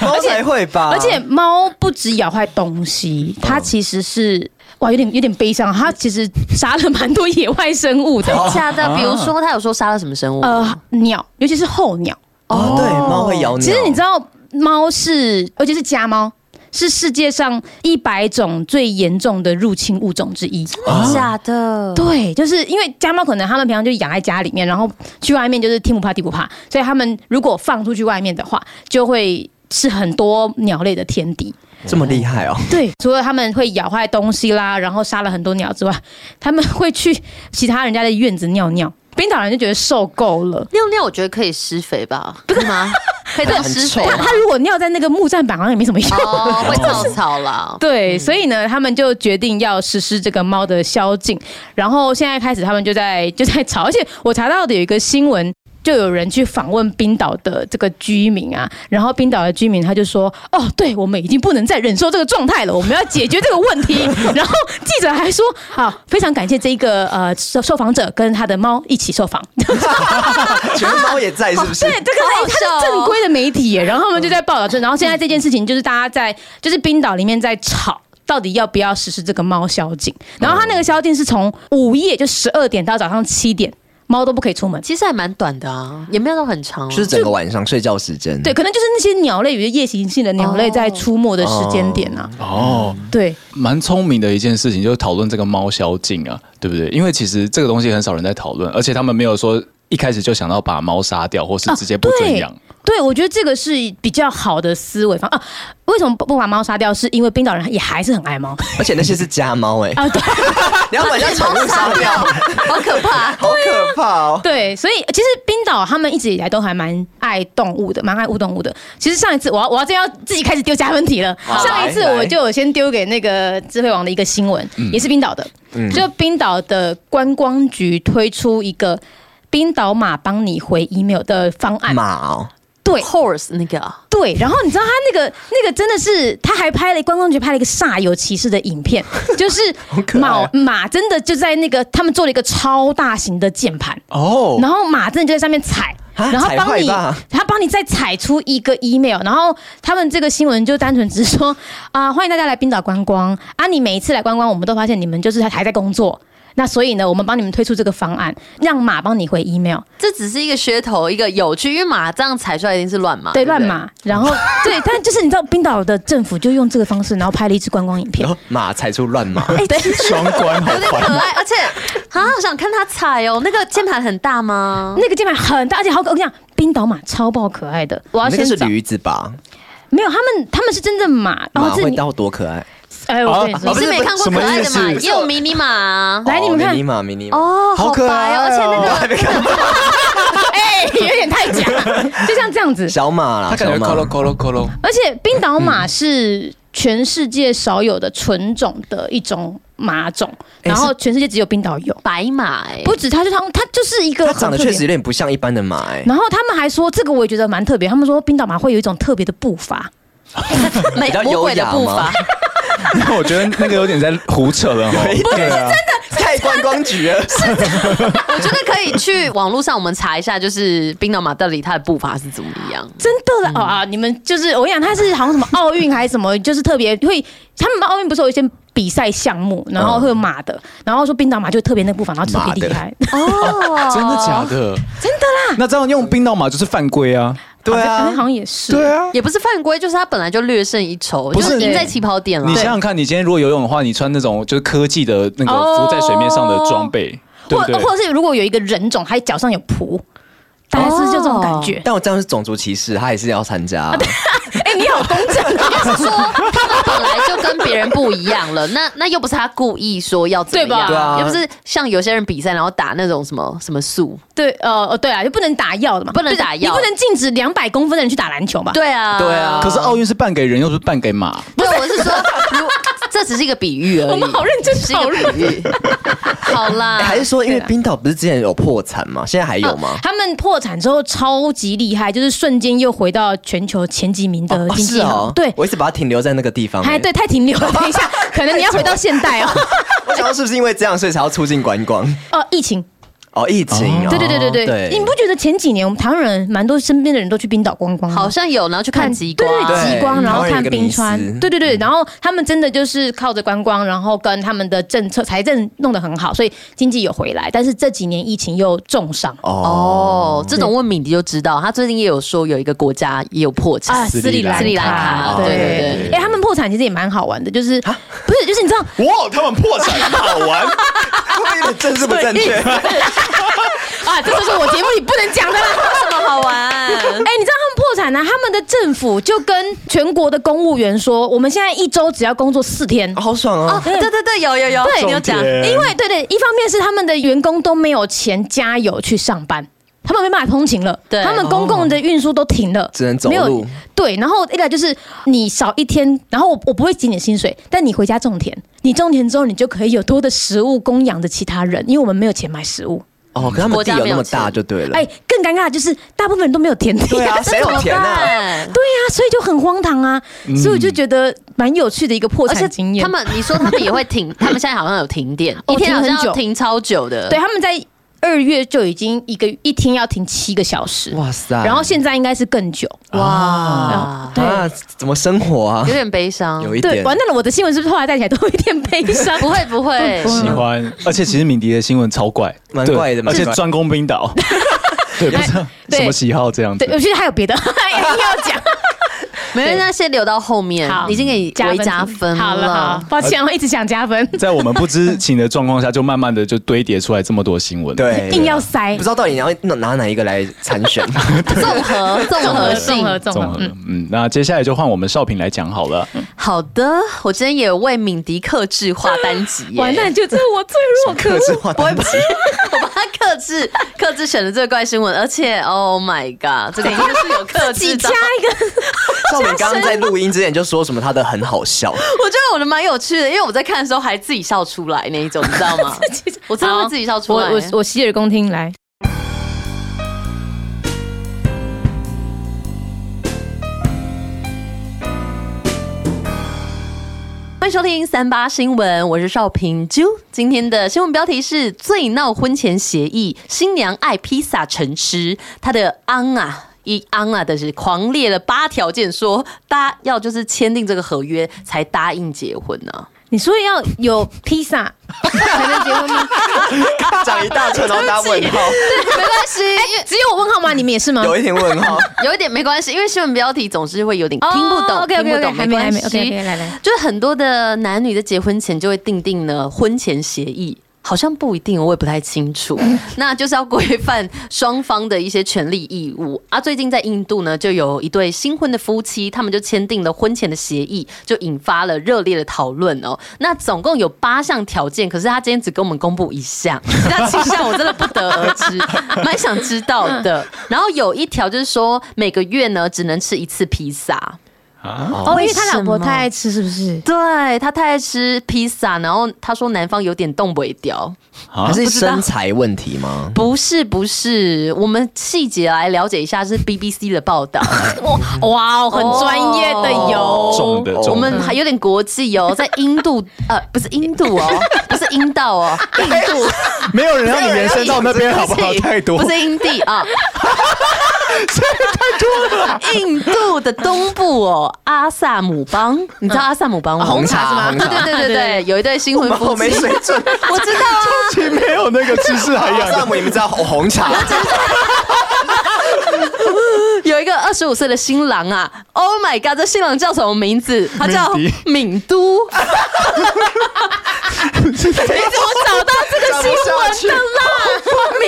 猫才会吧？
而且猫不止咬坏东西，它其实是。哇，有点有点悲伤，它其实杀了蛮多野外生物的，
假的，比如说他有说杀了什么生物？
呃，鸟，尤其是候鸟。
哦，对，猫会咬你。
其实你知道，猫是，尤其是家猫，是世界上一百种最严重的入侵物种之一。
啊
呃
假的，
对，就是因为家猫可能它们平常就养在家里面，然后去外面就是天不怕地不怕，所以它们如果放出去外面的话，就会是很多鸟类的天敌。
这么厉 害哦？
对，除了它们会咬坏东西啦，然后杀了很多鸟之外，它们会去其他人家的院子尿尿。冰岛人就觉得受够了。
尿尿我觉得可以施肥吧？不是 吗？可以当施肥
它
吗？
它如果尿在那个木栈板，好像也没什么用。
哦，会造草啦。
对，所以呢，他们就决定要实施这个猫的宵禁，然后现在开始，他们就在就在吵，而且我查到的有一个新闻。就有人去访问冰岛的这个居民啊，然后冰岛的居民他就说：“哦，对我们已经不能再忍受这个状态了，我们要解决这个问题。”然后记者还说：“好，非常感谢这一个呃受受访者跟他的猫一起受访。”
全猫也在是不是
对，？这
好
个是
好
它
笑
是
哦
正规的媒体耶，然后他们就在报道这，然后现在这件事情就是大家在就是冰岛里面在吵。到底要不要实施这个猫宵禁？然后它那个宵禁是从午夜就十二点到早上七点，猫都不可以出门。
其实还蛮短的啊，也没有到很长啊。
就是整个晚上睡觉时间。
对，，可能就是那些鸟类，有些夜行性的鸟类在出没的时间点
嗯
啊。
哦，
对，
蛮聪明的一件事情，就是讨论这个猫宵禁啊，对不对？因为其实这个东西很少人在讨论，而且他们没有说一开始就想到把猫杀掉，或是直接不准养。
啊对，我觉得这个是比较好的思维方啊。为什么不不把猫杀掉？是因为冰岛人也还是很爱猫。
而且那些是家 猫哎，
啊对
你要把人家宠物 杀掉，
好可 怕。
好可怕哦！
对，所以其实冰岛他们一直以来都还蛮爱动物的，蛮爱护动物的。其实上一次我要我要真要自己开始丢加分题了。
好
上一次
来来
我就有先丢给那个智慧王的一个新闻，也是冰岛的，
嗯
就冰岛的观光局推出一个冰岛马帮你回 email 的方案。
马哦，
对
Horse 那个啊
对，然后你知道他那个那个真的是，他还拍了观光局拍了一个煞有其事的影片， 就是
可爱
马
啊
马真的就在那个他们做了一个超大型的键盘。
哦
然后马真的就在上面踩，
啊
然后
踩
帮
坏
你，
吧
他帮你再踩出一个 email，然后他们这个新闻就单纯只是说 啊、欢迎大家来冰岛观光啊，你每一次来观光，我们都发现你们就是还还在工作。那所以呢，我们帮你们推出这个方案，让马帮你回 email，
啊
这只是一个噱头，一个有趣，因为马这样踩出来一定是乱码，
对，
不
乱。马。然后 对，但就是你知道，冰岛的政府就用这个方式，然后拍了一支观光影片
然。后马踩出乱马，
哎，对，
双关好
有点可
烦。
爱，而且 啊，我想看它踩哦。那个键盘很大吗？
那个键盘很大，而且好可，我跟你讲，冰岛马超爆可爱的。我要
那
先
个是
找，
驴子吧？
没有，他们他们哦是真正马，然
马
后这
会
你，
到多可爱？
哎，我跟你
啊
说
你，是没看过可爱的
什么
马，
意思
也有迷你马啊
来你们看
哦迷你马，迷你马，
哦，
好可爱
白
哦
哦，而且那
我
个
还没看过
哎、有点太 假了，就像这样子。
小嗯马啦，
他感觉
啊小马
colo colo colo，
而且冰岛马是全世界少有的纯种的一种马种，
哎
然后全世界只有冰岛有。
白马哎，
不止它，就它，它就是一个
它
很
长得
特
确
别
实有。点不像一般的马 哎。
然后他们还说，这个我也觉得蛮特别。他们说冰岛马会有一种特别的步伐，
美
比较
魔
优
鬼的
雅
步
吗
伐，
我觉得那个有点在胡扯了哈。对啊，
太观光局了，
我觉得可以去网络上我们查一下，就是冰岛马到底它的步伐是怎么样。
真的啦！
嗯
哦啊，你们就是我跟你讲，它是好像什么奥运还是什么，就是特别会。他们奥运不是有一些比赛项目，然后会有马的，然后说冰岛马就特别那步伐，然后特别厉害。
哦，
真的假的？真的啦。那这样用冰岛马就是犯规啊。
对啊
好，像好像也是。
啊。
也不是犯规，就是他本来就略胜一筹，
不
就是是赢在起跑点了。
你想 想看，你今天如果游泳的话，你穿那种就是科技的那个浮在水面上的装备，对
或
不对？
或者是如果有一个人种，他脚上有蹼，大概是就这种感觉。
哦但我这样是种族歧视，他也是要参加啊。
哎、你好工整、啊，
说他们不本来就跟别人不一样了，那那又不是他故意说要怎么样，
对吧
对啊
又不是像有些人比赛然后打那种什么什么素，
对，呃，呃对啊，就不能打药的嘛，
不能打药
你不能禁止两百公分的人去打篮球吧？，
对啊，
对啊
可是奥运是办给人，又不是办给马。
不是，我是说，如这只是一个比喻而已，
我们好认真
只是一
讨论
个比喻。好啦，
哎还是说，因为
对啊啦
冰岛不是之前有破产吗？现在还有吗？
他们破产之后超级厉害，就是瞬间又回到全球前几名的经济
是
行、
哦，
对，
我一直把它停留在那个地方、
还
欸。
对，太停留了。等一下，可能你要回到现代哦。
我想到是不是因为这样，所以才要促进观光？
哦，疫情，
哦，疫情、哦，
对对对对对，你不觉得前几年我们台湾人蛮多身边的人都去冰岛观光吗？
好像有，然后去看极
对
光，
对，
对
极光，然后
台湾有
看
一个
冰
迷思
川，对对对，然后他们真的就是靠着观光，然后跟他们的政策财政弄得很好，所以经济有回来，但是这几年疫情又重伤。
哦，
哦，这种问敏迪就知道，他最近也有说有一个国家也有破产，
啊，斯里兰卡，
斯里兰卡
对
对
对
对，
对
哦
哎，他们破产其实也蛮好玩的，就是不是就是你知道，
哇，他们破产好 玩，
我有点政治不正确。
啊，这就是我节目里不能讲 的啦。
这么好玩。
哎、你知道他们破产呢、他们的政府就跟全国的公务员说，我们现在一周只要工作四天。
哦好爽
哦
哦，！
对对对，有有有，
对
你有讲
重点
因为对对，一方面是他们的员工都没有钱加油去上班。他们没办法通勤了，
对
他们公共的运输都停了，
只能走
没有
路。
对，然后一来就是你少一天，然后我我不会减你的薪水，但你回家种田，你种田之后，你就可以有多的食物供养着其他人，因为我们没有钱买食物。
哦，可他们
国
地
家
有那
没有
么
钱
大就对了。
哎、更尴尬的就是大部分人都没有田地、
对 啊，谁有
怎么
钱啊？嗯
办？
对呀、所以就很荒唐啊，所以我就觉得蛮有趣的一个破
而且
产经验。
他们，你说他们也会停， 他们现在好像有停电，
哦
一天好
停
像
很久
要停超久的。
对，他们在二月就已经一个一天要停七个小时，
哇塞！
然后现在应该是更久。
哇，
对
啊，怎么生活啊
哦
有？点悲伤。
有一
对，
点
完蛋了，我的新闻是不是后来带起来都有一点悲 伤？
不会不会，
喜欢。嗯而且其实敏迪的新闻超怪，
蛮
对
怪的蛮
而且
怪哎
专攻冰 岛，对，不知道
对
什么喜好这样子
对，。我觉得还有别的 一定要讲，
没人那些留到后面
好，
已经给你微加分
好了，好
了。
抱歉，我一直想加分，
在我们不知情的状况下，就慢慢的就堆叠出来这么多新闻。
对，
硬要塞
啊不知道到底你要拿拿哪一个来参选。
综合综合
综
性
合综
综
合
合，
嗯，
嗯，那接下来就换我们少平来讲好了。
嗯
好的，我今天也为敏迪克制化单集耶，
完蛋，就这是我最弱，可
克制
恶。
化单机，
我帮他克制克制选的这个怪新闻，而且 Oh my God，这个真的是有克
自己
制
加
到。
一个，
少美刚刚在录音之前就说什么他的很好笑，
我觉得我的蛮有趣的，因为我在看的时候还自己笑出来那一种，你知道 吗？我真的会自己笑出
我
来。
我我洗耳恭听来。
欢迎收听三八新闻，我是邵平啾。今天的新闻标题是“最闹婚前协议，新娘爱披萨成痴”，她的昂啊。一昂啊的是狂列了八条件说，答要就是签订这个合约才答应结婚呢、
你说要有披萨才能结婚 吗？
讲一大串，然后大家问号，
没关系，因为
只有我问号吗？你们也是吗？
有一点问号。
有一点没关系，因为新闻标题总是会有点
哦
听不懂，
OK，OK，OK，
听不懂
还
没
没
关
还没，OK，OK，
系。
来来，
就是很多的男女在结婚前就会订定呢婚前协议。好像不一定，我也不太清楚。那就是要规范双方的一些权利义务啊。最近在印度呢，就有一对新婚的夫妻，他们就签订了婚前的协议，就引发了热烈的讨论哦。那总共有八项条件，可是他今天只跟我们公布一项，其他七项我真的不得而知， 蛮想知道的。然后有一条就是说，每个月呢只能吃一次披萨。
哦，因为他
为什
老婆
么
太爱吃，是不是？
对他太爱吃披萨，然后他说南方有点冻不掉。
啊
还是
不知道
身材问题吗？
不是不是，我们细节来了解一下，这是 BBC 的报道，
哇哦，很专业的
哦
哟。
重的，
我
重的
们还有点国际哦，在印 度呃不是印度哦，不是阴道哦，印 度
没有人让你延伸到那边好不好？太多
不是印地 啊，太多了。印度的东部哦，阿萨姆邦，你知道阿萨姆邦吗？
红茶是吗
对对对对对，有一对新婚夫妻，
我没水准，
我知道啊。
是 没有那个知识涵
好
养
萨姆，你们知道红茶？
有一个二十五岁的新郎啊，Oh my god，这新郎叫什么名字？他叫
敏
敏都。你怎 么找到这个新闻的啦？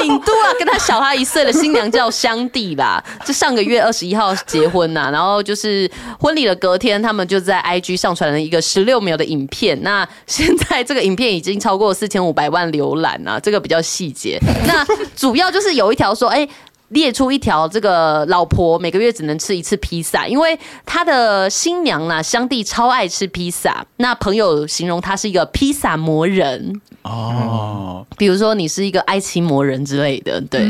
敏都啊，跟他小他一岁的新娘叫香弟啦，就上个月二十一号结婚呐、然后就是婚礼的隔天，他们就在 IG 上传了一个十六秒的影片。那现在这个影片已经超过四千五百万浏览啊，这个比较细节。那主要就是有一条说，哎、列出一条这个老婆每个月只能吃一次披萨，因为他的新娘啦、香弟超爱吃披萨。那朋友形容他是一个披萨魔人，
哦，
比如说你是一个爱情魔人之类的，对。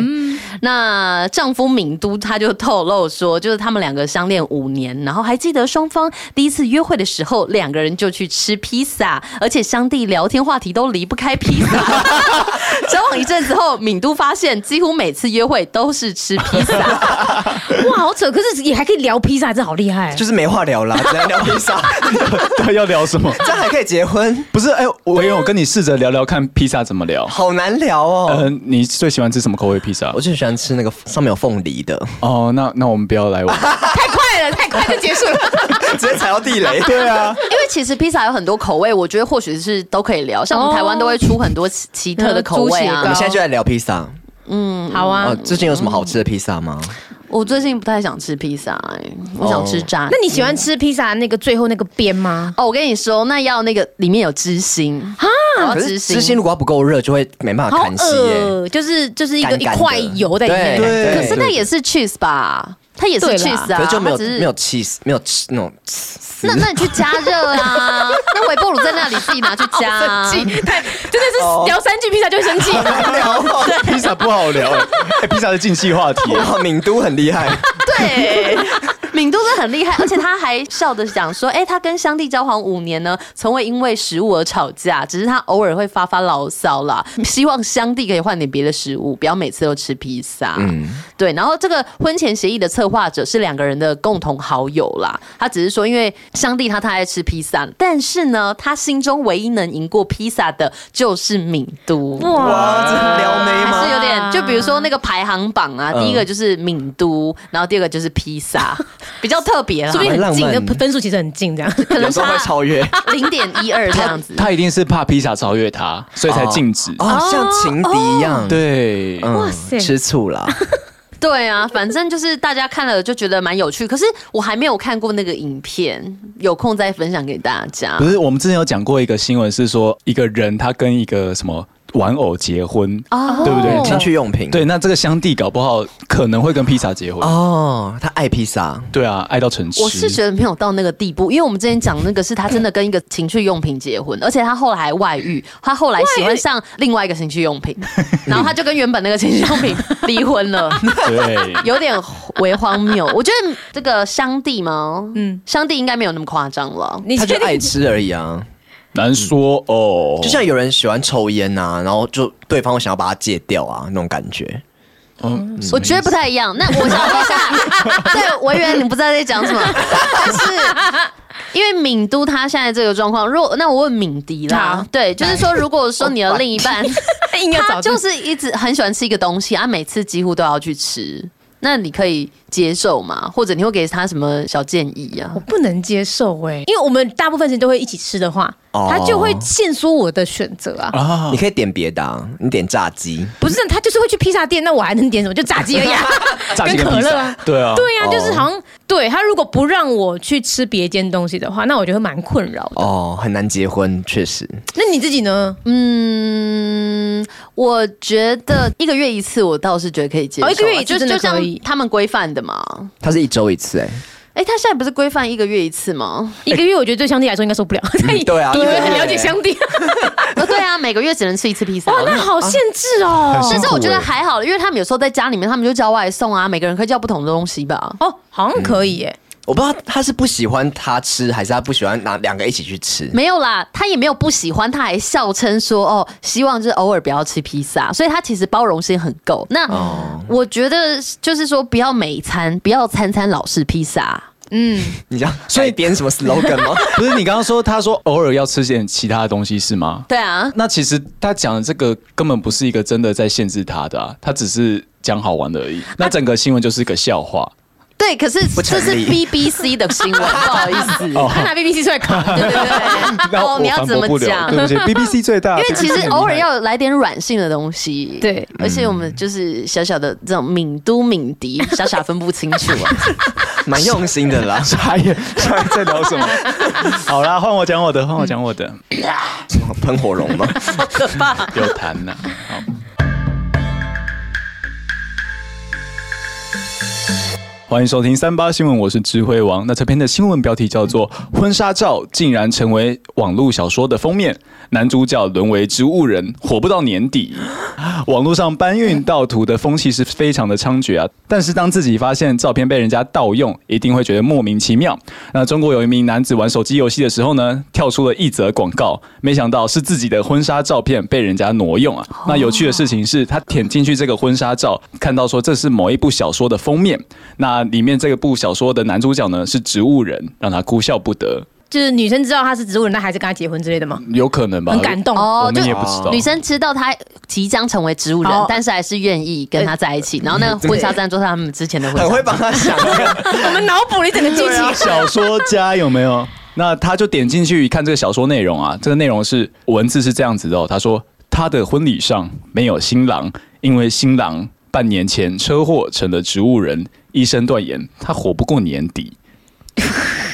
那丈夫敏都他就透露说，就是他们两个相恋五年，然后还记得双方第一次约会的时候，两个人就去吃披萨，而且相弟聊天话题都离不开披萨。 交往一阵子后，敏都发现几乎每次约会都是吃披萨，
哇，好扯！可是也还可以聊披萨，这好厉害。
就是没话聊啦，只能聊披萨，
对，要聊什么？
这样还可以结婚，
不是，哎、我有跟你试着聊聊看披萨怎么聊。
好难聊哦。
呃，你最喜欢吃什么口味披萨
我？就喜欢吃那个上面有凤梨的，
哦，那那我们不要来往。
太快了，太快就结束了。
直接踩到地 雷。
对啊，
因为其实披萨有很多口味，我觉得或许是都可以聊，像我们台湾都会出很多奇奇特的口味
嗯
啊
猪
我
血。
们现在就来聊披萨。
好啊
呃，，最近有什么好吃的披萨吗？
我最近不太想吃披萨、哎，我想吃炸。
那你喜欢吃披萨那个最后那个边吗？
哦，我跟你说，那要那个里面有芝心啊，我要
可是
芝
芝心
心。
如果它不够热，就会没办法
好
看戏耶。
恶，哦就是就是一个
干
一
干的
块油在里面。
对
可是那也是 cheese 吧？它也是
对啦
cheese
可
啊，
是就没有
它只是
没有 cheese，没有 cheese 那种。
那那你去加热 啊，那微波炉在那里自己拿去加、 啊。
生气，太真的
哦
是聊三句披萨就会生 气。
披萨哎不好聊、哎哎披萨是禁忌话题、
哇，敏都很厉害，
对，敏都是很厉害，而且他还笑着讲说：“哎、他跟香弟交往五年呢，从未因为食物而吵架，只是他偶尔会发发牢骚啦。希望香弟可以换点别的食物，不要每次都吃披萨。”嗯，对。然后这个婚前协议的策划者是两个人的共同好友啦。他只是说，因为香弟他太爱吃披萨，但是呢，他心中唯一能赢过披萨的就是敏都。
哇，
哇，这很撩妹
还
吗
是？有点，就比如说那个排行榜啊，
嗯
第一个就是敏都，然后第二个就是披 萨，比较特别啦
说，不
蛮
定很
浪
近，
漫
那分数其实很近，这样。
可能
有时候会
差
超越。
零点一二这样子。
他一定是怕披萨超越他，所以才禁止。
哦，像情敌一
哦
样。，
对，
哇
嗯，
塞
吃醋啦。
对啊，反正就是大家看了就觉得蛮有趣，可是我还没有看过那个影片，有空再分享给大家
不。是，我们之前有讲过一个新闻，是说一个人他跟一个什么玩偶结婚，
哦
对不对？
情趣用品。
对，那这个香弟搞不好可能会跟披萨结婚。
哦，他爱披萨。
对啊，爱到成痴。
我是觉得没有到那个地步，因为我们之前讲那个是他真的跟一个情趣用品结婚，而且他后来还外遇，他后来喜欢上另外一个情趣用品，然后他就跟原本那个情趣用品 离婚了。
对，
有点为荒谬。我觉得这个香弟吗？嗯
嗯，
香弟应该没有那么夸张了。
你
他
确
就
定
爱吃而已啊，
难说哦。
就像有人喜欢抽烟呐、然后就对方会想要把它戒掉啊，那种感觉。
嗯，
我觉得不太一样。那我想问一下， 对维园，你不知道在讲什么，但是因为敏都他现在这个状况，如果那我问敏迪啦
好，
对，就是说，如果说你的另一 半，
应该
他
找
就是一直很喜欢吃一个东西，啊，每次几乎都要去吃，那你可以接受吗？或者你会给他什么小建议啊
我？不能接受哎、因为我们大部分时间都会一起吃的话，
欸哦
他就会限缩我的选择啊。
啊，
你，可以点别的、啊，你点炸鸡，
不是，他就是会去披萨店，那我还能点什么？就炸鸡而已、啊
炸鸡
跟
跟
可
披
乐
萨
啊。，
对啊，
对呀、
哦
就是好像对他如果不让我去吃别间东西的话，那我觉得会蛮困扰的。
哦，很难结婚，确实。
那你自己呢？
嗯，我觉得一个月一次，我倒是觉得可以接受啊、
哦一个月一次
就
真的
就像
可以
他们规范的嘛。
它是一周一次、欸，
哎、他现在不是规范一个月一次吗？
一个月我觉得对香弟来说应该受不了。
对啊
因为
对
很了解香弟，
呃，对啊， 每个月只能吃一次披萨。
哇，那好限制哦。
但是我觉得
欸
还好，因为他们有时候在家里面，他们就叫外送啊，每个人可以叫不同的东西吧。
哦，好像可以耶。
我不知道他是不喜欢他吃，还是他不喜欢拿两个一起去吃。
没有啦，他也没有不喜欢，他还笑称说：“哦，希望就是偶尔不要吃披萨。”所以他其实包容性很够。那、
哦
我觉得就是说，不要每餐，不要餐餐老是披萨。
嗯，
你知道，
所
所
以
以编什么 slogan 吗？
不是你刚刚说他说偶尔要吃点其他的东西是吗？
对啊，
那其实他讲的这个根本不是一个
啊
真的在限制他的啊，他只是讲好玩的而已。那整个新闻就是个笑话。
对对，可是
不成
这是
立
BBC 的 新闻，不好意思。
嗯
哦
他拿 BBC 出来扛。
对对对，
那
哦，你要
反
怎么
驳不了
讲？
对 不起，BBC 最大，
因为其
BBC
实
很
偶尔
厉害。
要来点软性的东西，
对，
而且我们就是小小的这种敏都敏迪，傻傻分不清楚啊。
蛮用心的 啦
傻眼，傻眼在聊什 么？好啦，换我讲我的，换我讲我的，
什么喷火龙吗？
有痰呐、好。欢迎收听三八新闻，我是智慧王。那这篇的新闻标题叫做《婚纱照竟然成为网络小说的封面，男主角沦为植物人，活不到年底》。网络上搬运盗图的风气是非常的猖獗啊，但是当自己发现照片被人家盗用，一定会觉得莫名其妙。那中国有一名男子玩手机游戏的时候呢，跳出了一则广告，没想到是自己的婚纱照片被人家挪用啊。那有趣的事情是他点进去这个婚纱照，看到说这是某一部小说的封面，那里面这个部小说的男主角呢是植物人，让他哭笑不得，
就是女生知道他是植物人，但还是跟他结婚之类的吗？
有可能吧？
很感动。
哦
我们也不知道。
女生知道她即将成为植物人
哦，
但是还是愿意跟他在一起。然后那个婚纱照就是他们之前的婚
很
纱
会
照。
帮他想，
我们脑补了一整个剧情。
小说家有没有？那他就点进去看这个小说内容啊，这个内容是文字是这样子的、哦，他说他的婚礼上没有新郎，因为新郎半年前车祸成了植物人，医生断言他活不过年底。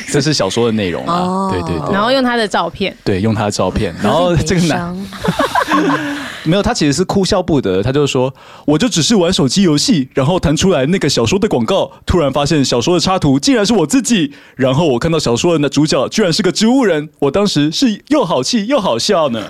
这是小说的内容啊，对对对
然后用他的照片，
对，用他的照片，然后这个男 没有，他其实是哭笑不得，他就说，我就只是玩手机游戏，然后弹出来那个小说的广告，突然发现小说的插图竟然是我自己，然后我看到小说的主角居然是个植物人，我当时是又好气又好笑呢。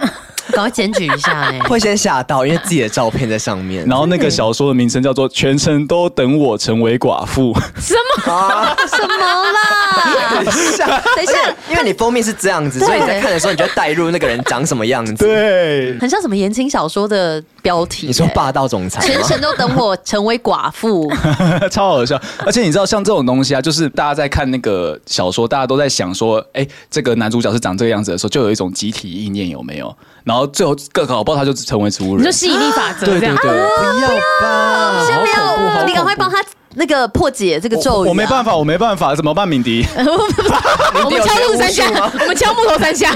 赶快检举一下呢。
会先吓到，因为自己的照片在上面。
然后那个小说的名称叫做《全程都等我成为寡妇》，
什么？
什么啦？ 等一下，
因为你封面是这样子，所以你在看的时候，你就带入那个人长什么样子。
对，
很像什么言情小说的标题、
你说
欸
霸道总裁
全
吗？
程都等我成为寡妇，
超好笑。而且你知道，像这种东西啊，就是大家在看那个小说，大家都在想说，哎、这个男主角是长这个样子的时候，就有一种集体意念，有没有？然后最后各搞不好他就成为植物
你
人
说。吸引力法则
对
这
对
样？哦
对，
不要吧！
先不
好恐怖好
要，
恐怖
你赶快帮他那个破解这个咒
啊
语、啊
我我没办，法，我没办法，怎么办，敏 迪？
我们敲木三下，我们敲木头三下。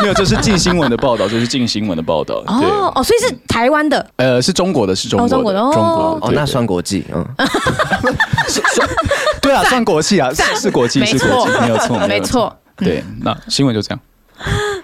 没有，这是近新闻的报道，这是近新闻的报道。对，
哦哦，所以是台湾的，
呃，是中国的，是中国
哦中国的哦
中国的
哦，
对
那算国际，嗯，
对啊，算国际啊，是是国际，
没
是
错
国际，没有错，
没错。嗯
对，那新闻就这样。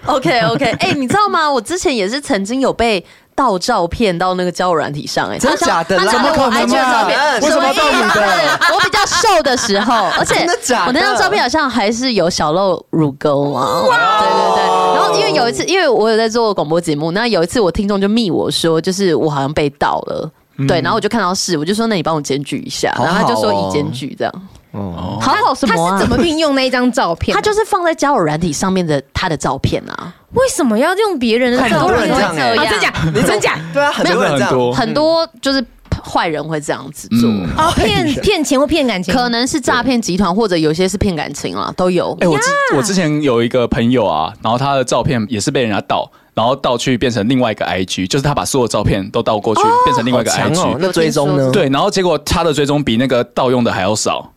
OK OK，哎、你知道吗？我之前也是曾经有被盗照片到那个交友软体上、哎，
真的
他
假的啦
他拿了我
怎么可
IG
能
的
啊
照片，
为什么要盗你的
什么意思？我比较瘦的时候，而且
真的假的
我那张照片好像还是有小露乳沟啊。
哦
对对对。然后因为有一次，因为我有在做广播节目，那有一次我听众就密我说，就是我好像被盗了。对，然后我就看到是，我就说那你帮我检举一下，
嗯好好
然后他就说
哦
已检举这样，
哦，
好好什
他
么啊
是怎么运用那一张照片？
他就是放在交友软体上面的他的照片啊，
为什么要用别人的
很
照
多人
片？
这样
很多人
啊，
会这
真假
样？
真假？
对啊，很多人这
真的很
样，
多
很多就是坏人会这样子做。
嗯
哦，骗骗钱或骗感情？
可能是诈骗集团，或者有些是骗感情啦，都有。
哎、我之我之前有一个朋友啊，然后他的照片也是被人家盗，然后盗去变成另外一个 IG，就是他把所有照片都盗过去，变成另外一个
好强
IG、
哦。那追踪呢？，
对，然后结果他的追踪比那个盗用的还要少，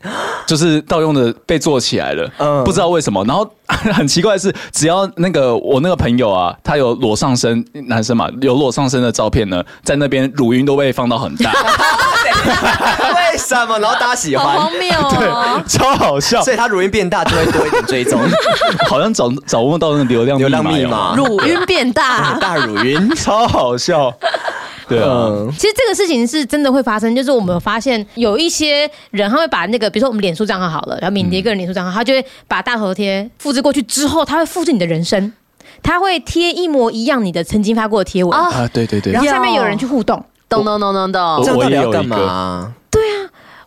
就是盗用的被做起来了，
嗯
不知道为什么。然后 很奇怪的是，只要那个我那个朋友啊，他有裸上身，男生嘛，有裸上身的照片呢，在那边乳晕都被放到很大，
为什么？然啊后大 家喜
好
欢
荒，谬哦！
超好笑，
所以他如音变大就会多一点追踪，
好像找找不到那个流量
流量密
有
码，
乳晕变大，
大乳晕，
超好笑，对啊。
嗯，
其实这个事情是真的会发生，就是我们有发现有一些人他会把那个，比如说我们脸书账号好了，然后敏迪个人脸书账号，他就会把大头贴复制过去之后，他会复制你的人生，他会贴一模一样你的曾经发过的贴文，
哦
啊
啊，对对对，
然后下面
有
有人去互动，
懂懂懂懂
这
懂。
样到底
我也
要
有
干
一
嘛
个
啊？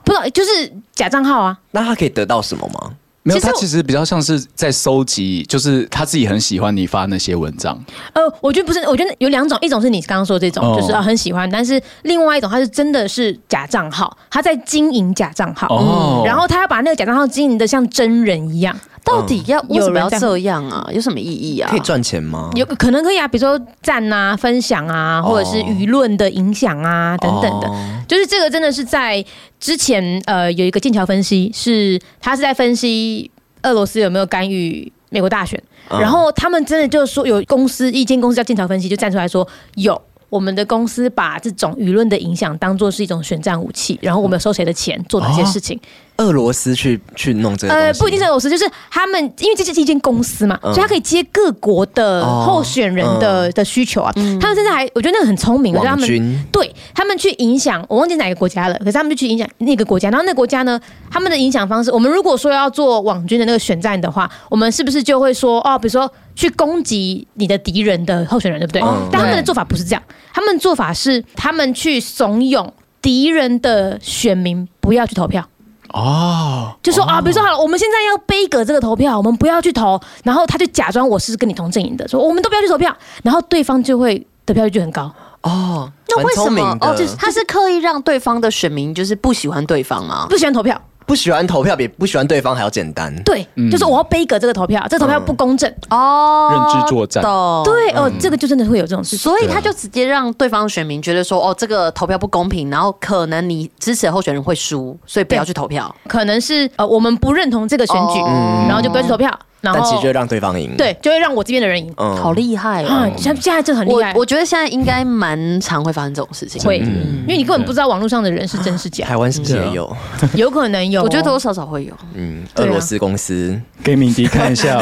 不知道就是假账号啊，
那他可以得到什么吗？
没有，
其实
他
我
其实比较像是在搜集，就是他自己很喜欢你发那些文章，
呃，我觉得不是，我觉得有两种，一种是你刚刚说这种，
哦
就是、啊、很喜欢，但是另外一种他是真的是假账号，他在经营假账号。
哦
然后他要把那个假账号经营的像真人一样，
到底要为什么要
有人在
这样啊？有什么意义啊？
可以赚钱吗？
有可能可以啊，比如说赞啊、分享啊，或者是
哦
舆论的影响啊、等等的。
哦
就是这个真的是在之前呃有一个剑桥分析，是他是在分析俄罗斯有没有干预美国大选，
嗯
然后他们真的就说有公司一间公司叫剑桥分析就站出来说有。我们的公司把这种舆论的影响当做是一种选战武器，然后我们有收谁的钱，做哪些事情？
俄罗斯去去弄这个啊东西，
呃，不一定是俄罗斯，就是他们，因为这是一间公司嘛，
嗯
所以他可以接各国的
哦嗯
候选人的、的需求啊。他们甚至还，我觉得那个很聪明，我觉得他
网
们
军
对他们去影响，我忘记哪个国家了，可是他们就去影响那个国家，然后那个国家呢，他们的影响方式，我们如果说要做网军的那个选战的话，我们是不是就会说哦，比如说去攻击你的敌人的候选人，对不对？
嗯
但他们的
对
做法不是这样，他们做法是他们去怂恿敌人的选民不要去投票。
哦，
就说啊，比如说好了，我们现在要背葛这个投票，我们不要去投，然后他就假装我是跟你同阵营的，说我们都不要去投票，然后对方就会得票率就很高。
哦，
那为
蛮
什
聪
么
明？的
哦，就是他是刻意让对方的选民就是不喜欢对方吗？
不喜欢投票，
不喜欢投票比不喜欢对方还要简单。
对，就是我要背葛这个投票，这个投票不公正，
哦，
认知作啊战
懂。
对哦，这个就真的会有这种事情。
所以他就直接让对方选民觉得说，哦，这个投票不公平，然后可能你支持的候选人会输，所以不要去投票。
可能是呃，我们不认同这个选举，
哦
然后就不要去投票，然
但其实
后
就让对方赢。，
对，就会让我这边的人赢。
嗯
好厉害
啊
哦！，
现现在这很厉
我
害，
我觉得现在应该蛮常会发生这种事情。
会，因为你根本不知道网络上的人是真是假
台，湾是不是也有？
有可能有哦。
我觉得多多少少会有。
嗯，
对
俄
啊
罗斯公司
给敏迪看一下，